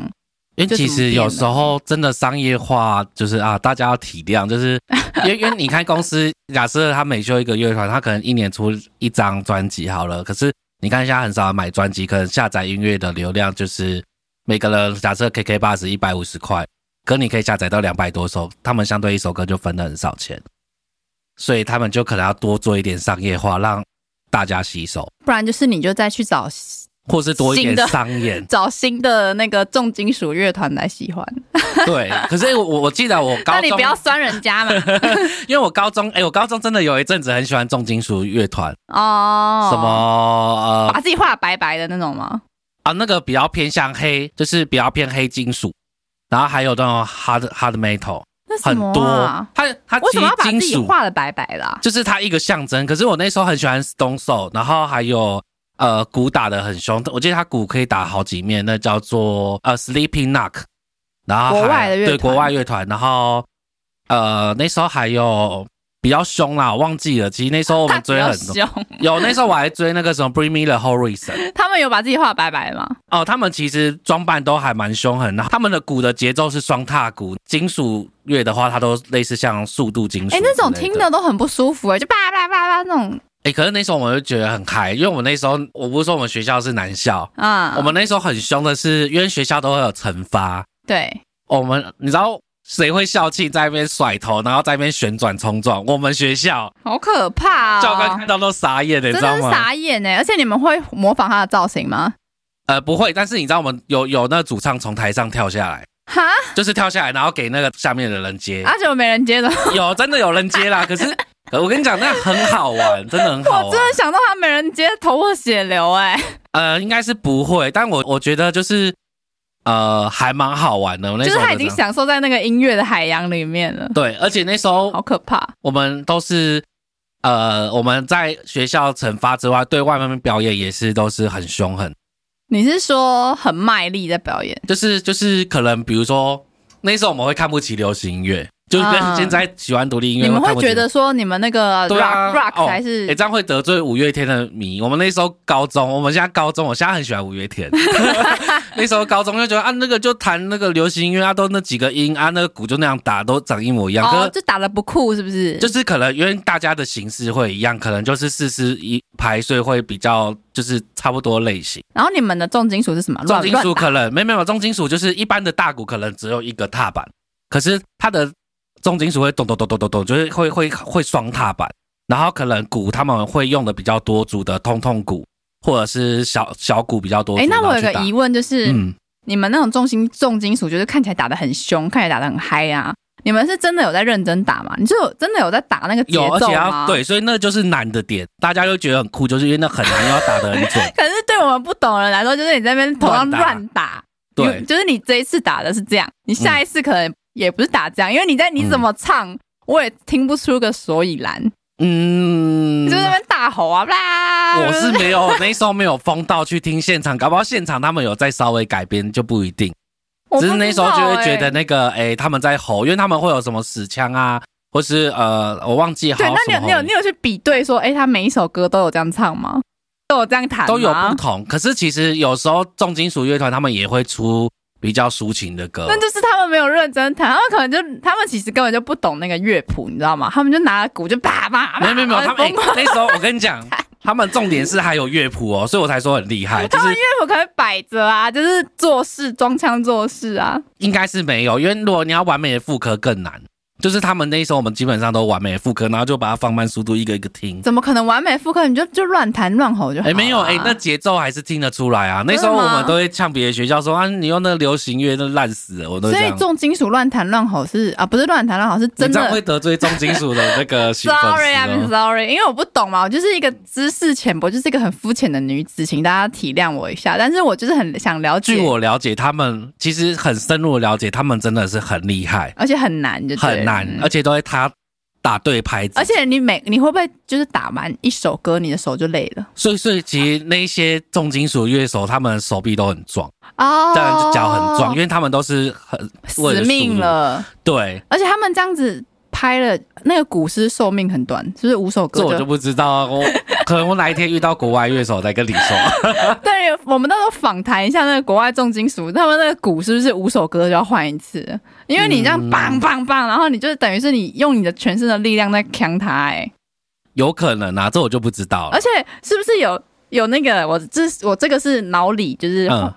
因为就其怎么实变有了时候真的商业化，就是啊，大家要体谅，就是 因为因为你看公司，假设他每秀一个乐团，他可能一年出一张专辑好了，可是你看现在很少人买专辑，可能下载音乐的流量就是每个人假设 KK bus 一百五十块，可你可以下载到两百多首，他们相对一首歌就分了很少钱，所以他们就可能要多做一点商业化，让大家吸收，不然就是你就再去找或是多一新点的 商演。找新的那个重金属乐团来喜欢，对，可是我我我记得我高那中你不要酸人 家嘛。因为我高中，哎、我高中真的有一阵子很喜欢重金属乐团，哦，什么呃把自己画得白白的那种吗？啊，那个比较偏向黑，就是比较偏黑金属，然后还有那种 hard hard metal，那什很么多啊？，它它为其什么要把实自金己属画的白白的啊、就是它一个象征。可是我那时候很喜欢 Stone Soul，然后还有呃鼓打的很凶，我记得它鼓可以打好几面，那叫做呃 Sleeping Knock，然后还国外的乐团对国外乐团，然后呃那时候还有比较凶啦，我忘记了。其实那时候我他们比追较很多。凶， 有那时候我还追那个什么 Bring Me the Horizon 他们有把自己画得白白的吗？哦，他们其实装扮都还蛮凶狠的，他们的鼓的节奏是双踏鼓，金属乐的话，它都类似像速度金属之哎、类。那种听的的都很不舒服哎、就叭叭叭叭那种哎、可是那时候我们就觉得很嗨，因为我们那时候我不是说我们学校是男校，啊，我们那时候很凶的是，因为学校都会有惩罚，对我们你知道谁会校庆在那边甩头，然后在那边旋转冲撞？我们学校好可怕啊、教官看到都傻眼了，你真知道的是吗？傻眼哎、而且你们会模仿他的造型吗？呃，不会，但是你知道我们有有那主唱从台上跳下来。哈，就是跳下来，然后给那个下面的人接。而且我没人接的，有真的有人 接啦，可是可我跟你讲，那很好玩，真的很好我真玩。的想到他没人接，头破血流哎、呃，应该是不会，但我我觉得就是呃，还蛮好玩的。我 那就时是候他已真的经享受在那个音乐的海洋里面了，对，而且那时候好可怕。我们都是呃，我们在学校惩罚之外，对外面表演也是都是很凶狠，你是说很卖力在表演？就是就是可能比如说那时候我们会看不起流行音乐，就是跟嗯现在喜欢独立音乐你们看会不起觉得说你们那个对 rock、啊 rock 哦才是、哎、这样会得罪五月天的迷。我们那时候高中，我们现在高中，我现在很喜欢五月 天。那时候高中就觉得啊，那个就弹那个流行音乐啊，都那几个音啊，那个鼓就那样打，都长一模一样。哦，可就打的不酷是不是？就是可能因为大家的形式会一样，可能就是四十一排，所以会比较就是差不多类型。然后你们的重金属是什么？重乱哎金属乱打可能没有没有重金属，就是一般的大鼓可能只有一个踏板，可是它的重金属会咚咚咚咚咚咚，就是会会会双踏板，然后可能鼓他们会用的比较多组的通痛鼓或者是小小鼓比较多组。哎、那我有然个后去打疑问，就是、嗯，你们那种重金重金属，就是看起来打的很凶，看起来打的很嗨啊，你们是真的有在认真打吗？你就有真的有在打那个节有而奏且吗？要。对，所以那就是难的点，大家就觉得很酷，就是因为那很难，要打得很 。准可是对我们不懂的人来说，就是你在那边头上乱打乱打，对嗯你，就是你这一次打的是这样，你下一次可能也不是打这样，因为你在你怎么唱，我也听不出个所以然，嗯你就，在那边大吼啊，啦，我是没有那时候没有疯到去听现场，搞不好现场他们有再稍微改编就不一定。我不知只是道那时候就会觉得欸那个，哎、他们在吼，因为他们会有什么死腔啊，或是呃，我忘记好对，那你有什么你有吼你有去比对说，哎、他每一首歌都有这样唱吗？都有这样弹吗都有不同。可是其实有时候重金属乐团他们也会出比较抒情的歌那，就是他们没有认真弹，他们可能就他们其实根本就不懂那个乐谱，你知道吗？他们就拿了鼓就叭叭叭，没有没有没有，他们、疯诶那时候我跟你讲，他们重点是还有乐谱哦，所以我才说很厉害，就他们是乐谱可以摆着啊，就是做事装腔作势啊。应该是没有，因为如果你要完美的副歌更难。就是他们那时候，我们基本上都完美的副歌，然后就把它放慢速度，一个一个听。怎么可能完美复刻？你就就乱弹乱吼就好哎、了啊、没有哎、那节奏还是听得出来啊。那时真候的我吗们都会呛别的学校说啊，你用那流行乐那烂死了，我都会所这以样。重金属乱弹乱吼是啊，不是乱弹乱吼，是真你这样的会。得罪重金属的那个兴 奋 Sorry，I'm sorry，因为我不懂嘛，我就是一个知识浅薄，就是一个很肤浅的女子，请大家体谅我一下。但是我就是很想了解据，我了解，他们其实很深入地了解，他们真的是很厉害，而且很难就对了，嗯很难，而且都会他打对拍子而，且你每你会不会就是打完一首歌，你的手就累了所以所以其实那些重金属乐手他们手臂都很壮，哦当然就脚很壮，因为他们都是很为了死命速度了。对。而且他们这样子拍了，那个鼓是寿命很短，就是五首歌这我就就不知道啊，我可能我哪一天遇到国外乐手再跟你说。 对，我们到时候访谈一下那个国外重金属，他们那个鼓是不是五首歌就要换一次？因为你这样嗯棒棒棒，然后你就是等于是你用你的全身的力量在扛它、哎，有可能啊，这我就不知道了而。且是不是有有那个我这我这个是脑里就是嗯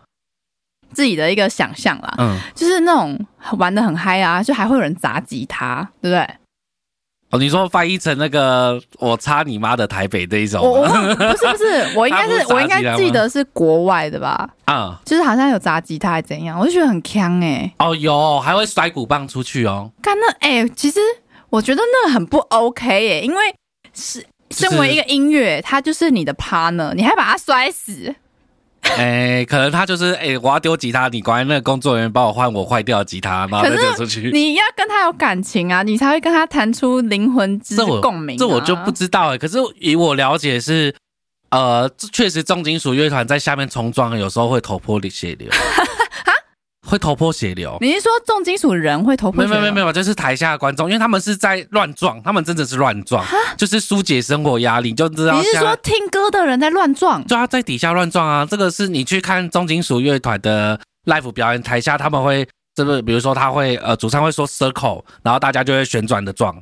自己的一个想象啦，嗯，就是那种玩的很嗨啊，就还会有人砸吉他，对不对？哦，你说翻译成那个“我擦你妈的台北”这一种我我吗忘不是不是，我应该啊 他是不是我应砸吉他该吗记得是国外的吧，啊、就是好像有砸吉他还是怎样，我就觉得很强哎、哦，有还会甩鼓棒出去哦。干那哎、其实我觉得那很不 OK 耶、因为是就是身为一个音乐，它就是你的 partner，你还把它摔死，哎、可能他就是哎、我要丢吉他，你管那个工作人员帮我换我坏掉的吉他，然后再丢出去。你要跟他有感情啊，你才会跟他弹出灵魂之这我共鸣、啊这我就不知道哎、可是以我了解是，呃，这确实重金属乐团在下面重装，有时候会头破血 流，会头破血流。你是说重金属人会头破没血有流？没有没有没有，就是台下的观众，因为他们是在乱撞，他们真的是乱撞，就是疏解生活压力，就知道你是现在说听歌的人在乱撞？就要在底下乱撞啊。这个是你去看重金属乐团的 live 表演，台下他们会这个，比如说他会呃，主唱会说 circle，然后大家就会旋转的撞，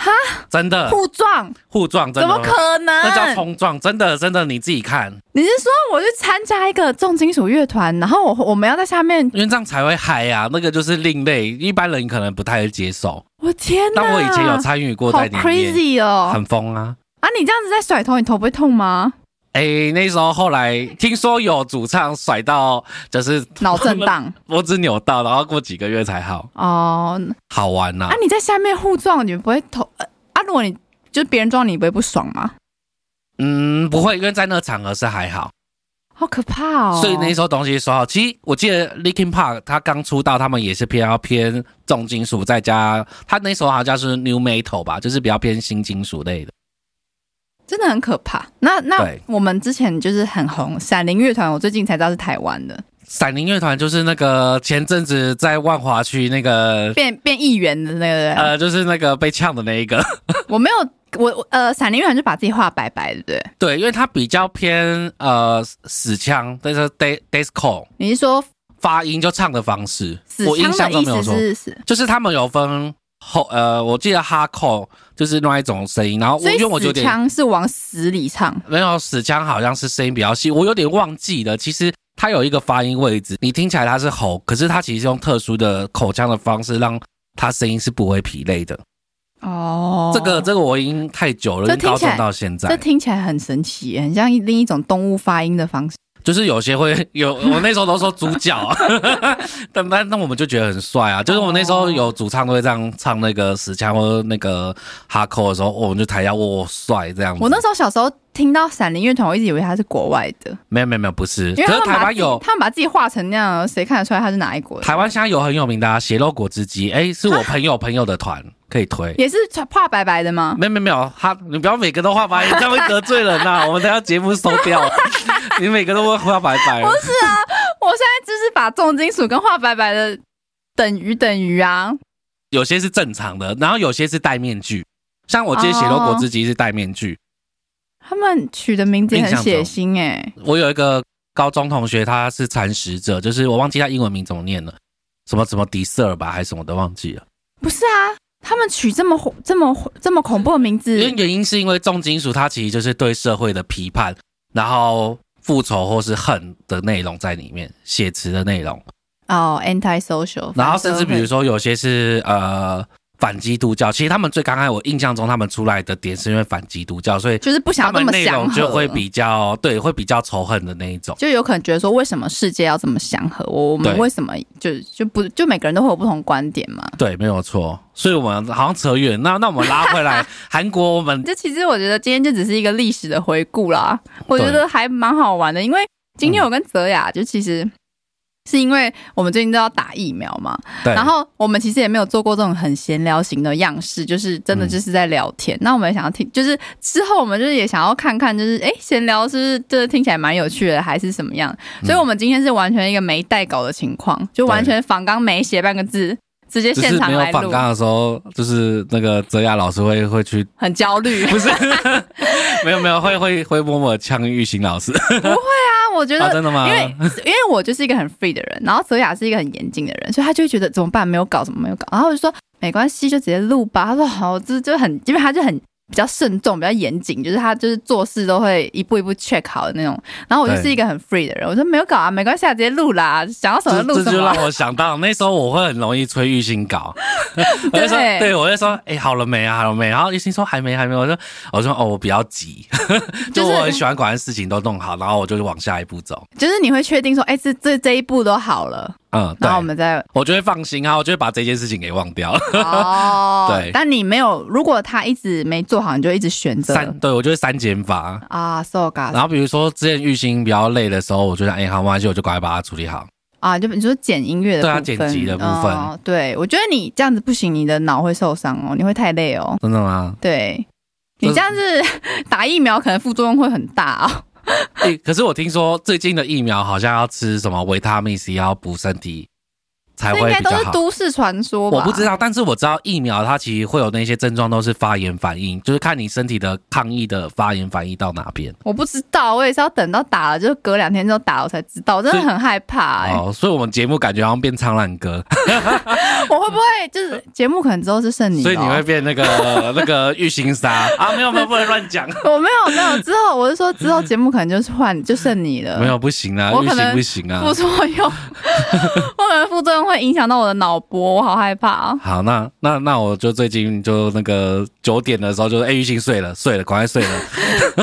哈，真的互撞？互撞，真怎的么可能？那叫冲撞，真的真的你自己看，你是说我去参加一个重金属乐团，然后我我们要在下面？因为这样才会嗨啊，那个就是另类，一般人可能不太会接受。我天哪！但我以前有参与过啊好在里面， crazy 哦！很疯啊。啊，你这样子在甩头，你头不会痛吗？哎、那时候后来听说有主唱甩到，就是 脑 震荡脖子扭到，然后过几个月才好，哦。好玩呐、啊，你在下面互撞，你不会头？呃啊，如果你就是别人撞你，你不会不爽吗？嗯，不会，因为在那个场合是还好，好可怕哦！所以那时候东西说好。其实我记得 Linkin Park 他刚出道，他们也是偏要偏重金属，再加他那时候好像是 New Metal 吧，就是比较偏新金属类的。真的很可怕。那那对我们之前就是很红闪灵乐团，我最近才知道是台湾的，闪灵乐团就是那个前阵子在万华区那个变变议员的那个。呃，就是那个被呛的那一个， 我没有，我我呃，闪灵乐团就把自己画白白，对不对？对，因为他比较偏呃死腔，但是 d a disco。你是说发音就唱的方式，死我印腔象的都意没有思错，是死？就是他们有分后呃，我记得哈扣就是另外一种声音，然后我所因为我以有死点腔是往死里唱。没有死腔好像是声音比较细，我有点忘记了，其实。它有一个发音位置，你听起来它是吼，可是它其实用特殊的口腔的方式，让它声音是不会疲累的。哦，这个这个我已经太久了，这因为高听起中来到现这在，听起来很神奇耶，很像一另一种动物发音的方式。就是有些会 有，我那时候都说猪叫， 但但那我们就觉得很帅啊。就是我那时候有主唱都会这样唱那个死腔或者那个哈扣的时候，哦我们就台下哇帅这样子。我那时候小时候听到闪灵乐团，我一直以为它是国外的，没有没有没有不是，因为他可是们把台湾自己有嗯他们把自己画成那样，谁看得出来他是哪一国的？台湾现在有很有名的啊，血肉果汁机，哎，是我朋友朋友的团可以推。也是画白白的吗？没有没有没有，他你不要每个都画白，这样会得罪人 呐、我们等下节目收掉，你每个都会画白白。我现在就是把重金属跟画白白的等于等于啊，有些是正常的，然后有些是戴面具。像我记得血肉果汁机是戴面具，他们取的名字也很血腥哎、我有一个高中同学，他是蚕食者，就是我忘记他英文名怎么念了，什么什么迪瑟尔吧，还是什么的忘记了。不是啊，他们取这么这么这么恐怖的名因字为，原因是因为重金属，它其实就是对社会的批判，然后复仇或是恨的内容在里面，写词的内容，哦，anti social，然后甚至比如说有些是呃。反基督教，其实他们最刚开始我印象中他们出来的点是因为反基督教，所以就是不想要这他们么内祥容和，就会比较对，会比较仇恨的那一种。就有可能觉得说，为什么世界要这么祥和？我我们对为什么就就不就每个人都会有不同观点嘛？对，没有错。所以我们好像扯远，那那我们拉回 来韩国，我们这其实我觉得今天就只是一个历史的嗯回顾啦，我觉得还蛮好玩的，因为今天我跟泽雅就其实是因为我们最近都要打疫苗嘛，对，然后我们其实也没有做过这种很闲聊型的样式，就是真的嗯就是在聊天。那我们也想要听，就是之后我们就是也想要看看，就是哎闲聊是不是就是听起来蛮有趣的，还是什么样？嗯所以我们今天是完全一个没带稿的情况，就完全仿纲没写半个字，直接只现是场没来有录访，刚的时候，就是那个泽雅老师会会去，很焦虑。不是， 没有没有，会会会默默呛玉兴老师啊，我觉得 啊，真的吗因？为因为我就是一个很 free 的人，然后泽雅是一个很严谨的人，所以他就会觉得怎么办没有搞，怎么没有搞，然后我就说没关系，就直接录吧。他说好，这就很，因为他就很比较慎重，比较严谨，就是他就是做事都会一步一步 check 好的那种。然后我就是一个很 free 的人，我说没有搞啊，没关系，啊，直接录啦，想要什么这录这什就么让。我想到那时候我会很容易催玉兴搞， 我就说对对，我就说哎、好了没啊好了没，然后玉兴说还没还没，我说我说哦我比较急， 就就是我很喜欢管事情都弄好，然后我就往下一步走，就是你会确定说，哎、这这这一步都好了，嗯，对然后，我们 再我就会放心啊，我就会把这件事情给忘掉了。哦。对但你没有，如果他一直没做好，你就一直选择三对我就会三减法，啊，so g 然后比如说之前玉兴比较累的时候，我就想哎、好没关系，我就赶快把它处理好。啊，就你说剪音乐的对啊部分剪辑的部分哦，对我觉得你这样子不行，你的脑会受伤哦，你会太累哦。真的吗？对你就是这样子打疫苗，可能副作用会很大哦。欸可是我听说最近的疫苗好像要吃什么维他命 C，要补身体才这应会该比都较是好。都市传说吧？我不知道，但是我知道疫苗它其实会有那些症状，都是发炎反应，就是看你身体的抗疫的发炎反应到哪边。我不知道，我也是要等到打了，就是隔两天之后打了我才知道，我真的所以很害怕、哎，哦，所以我们节目感觉好像变苍兰哥，我会不会就是节目可能之后是剩 你、哦，所以你会变那个 那个玉心沙啊？没有没有，不能乱 讲，我没有没有之后，我是说之后节目可能就是换就剩你了，没有不行啊，呃我玉可能心不行啊副。作 用，我可能副作用会影响到我的脑波，我好害怕、哦。好，那那那我就最近就那个九点的时候就，哎玉心睡了睡了，赶快睡了，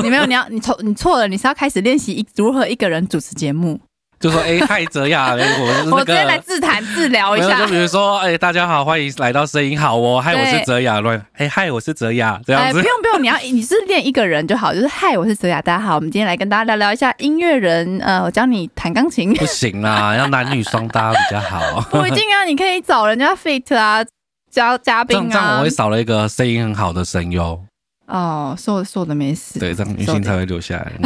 你没有，你要你错你错了，你是要开始练习一如何一个人主持节目。就 说哎嗨泽雅，我是那个我今天来自谈自聊一没有，就下比。如说，哎、大家好，欢迎来到声音好哦，嗨，对我是泽雅乱，哎，嗨，我是泽雅，这样哎，子不，用不用，你要你是练一个人就好，就是嗨，我是泽雅，大家好，我们今天来跟大家聊聊一下音乐人，呃，我教你弹钢 琴，不行 啦，要男女双搭比较好。不一定啊，你可以找人家 fit 啊，教嘉这样宾这样我啊会，少了一个声音很好的声优，哦，瘦瘦的没事，对，这样女性才会留下来。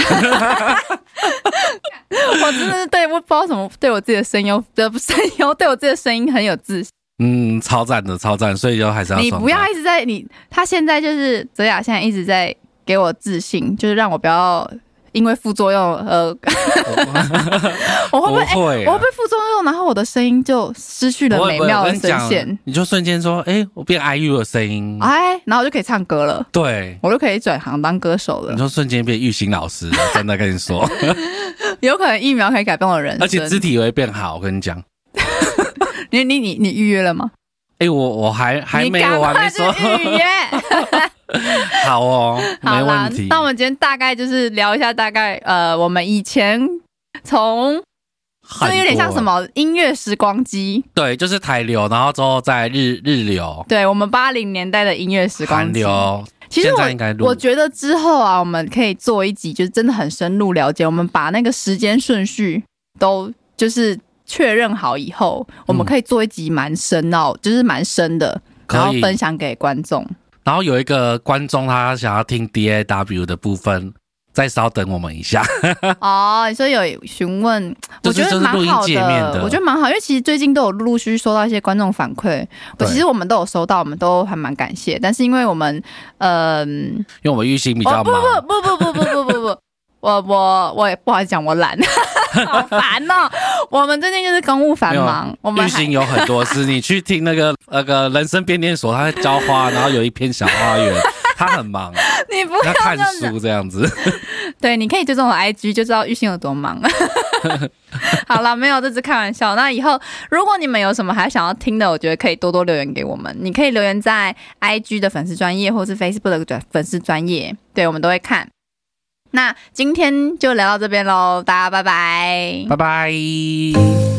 我真的是对，我不知道什么，对我自己的声优的 声优，对我自己的声音很有自信。嗯，超赞的，超赞，所以就还是要你双搭不要一直在你，他现在就是泽雅，现在一直在给我自信，就是让我不要因为副作用， 呃，我会不不会？哎会啊、我会不会副作用，然后我的声音就失去了不会美不会妙我的跟你声讲嗯线，你就瞬间说，哎、我变 IU 的声音，哎，然后我就可以唱歌了，对，我就可以转行当歌手你了。就瞬间变玉兴老师，真的跟 你说，有可能疫苗可以改变我的人而且生。肢体也会变好，我跟你讲。你你你你预约了吗？哎、我我还还你没赶有，我还快没去说。 预约。好哦，好没啦问题，。那我们今天大概就是聊一下，大概呃，我们以前从这很个有点像多欸什？么音乐时光机，对，就是台流，然后之后在日日流、对我们八零年代的音乐时光韩机。流，其实现我在应该录我觉得之后啊，我们可以做一集，就是真的很深入了解，我们把那个时间顺序都就是确认好以后，我们可以做一集蛮深奥，就是蛮深的，可以然后分享给观 众。然后有一个观众他想要听 D A W 的部分，再稍等我们一下。 哦，你说有询问，我就是觉得蛮就是录音好界面的我觉得蛮好，因为其实最近都有陆陆续续收到一些观众反馈，我对其实我们都有收到，我们都还蛮感谢。但是因为我们，嗯、因为我们玉兴比哦较不忙，不不不不不不不不，我我我也不好意思讲，我懒，好烦哦。我们最近就是公务繁忙，我们玉还兴有很多事，你去听那个那个人生变电所，他在浇花，然后有一片小花园，他很 忙，你不他要看这样子，书这样子。 对，你可以追踪我的 IG 就知道玉兴有多忙。好了，没有，这只开玩笑。那以后如果你们有什么还想要听的，我觉得可以多多留言给我们。你可以留言在 IG 的粉丝专业，或是 Facebook 的粉丝专业，对我们都会看。那今天就聊到这边喽，大家拜拜拜拜。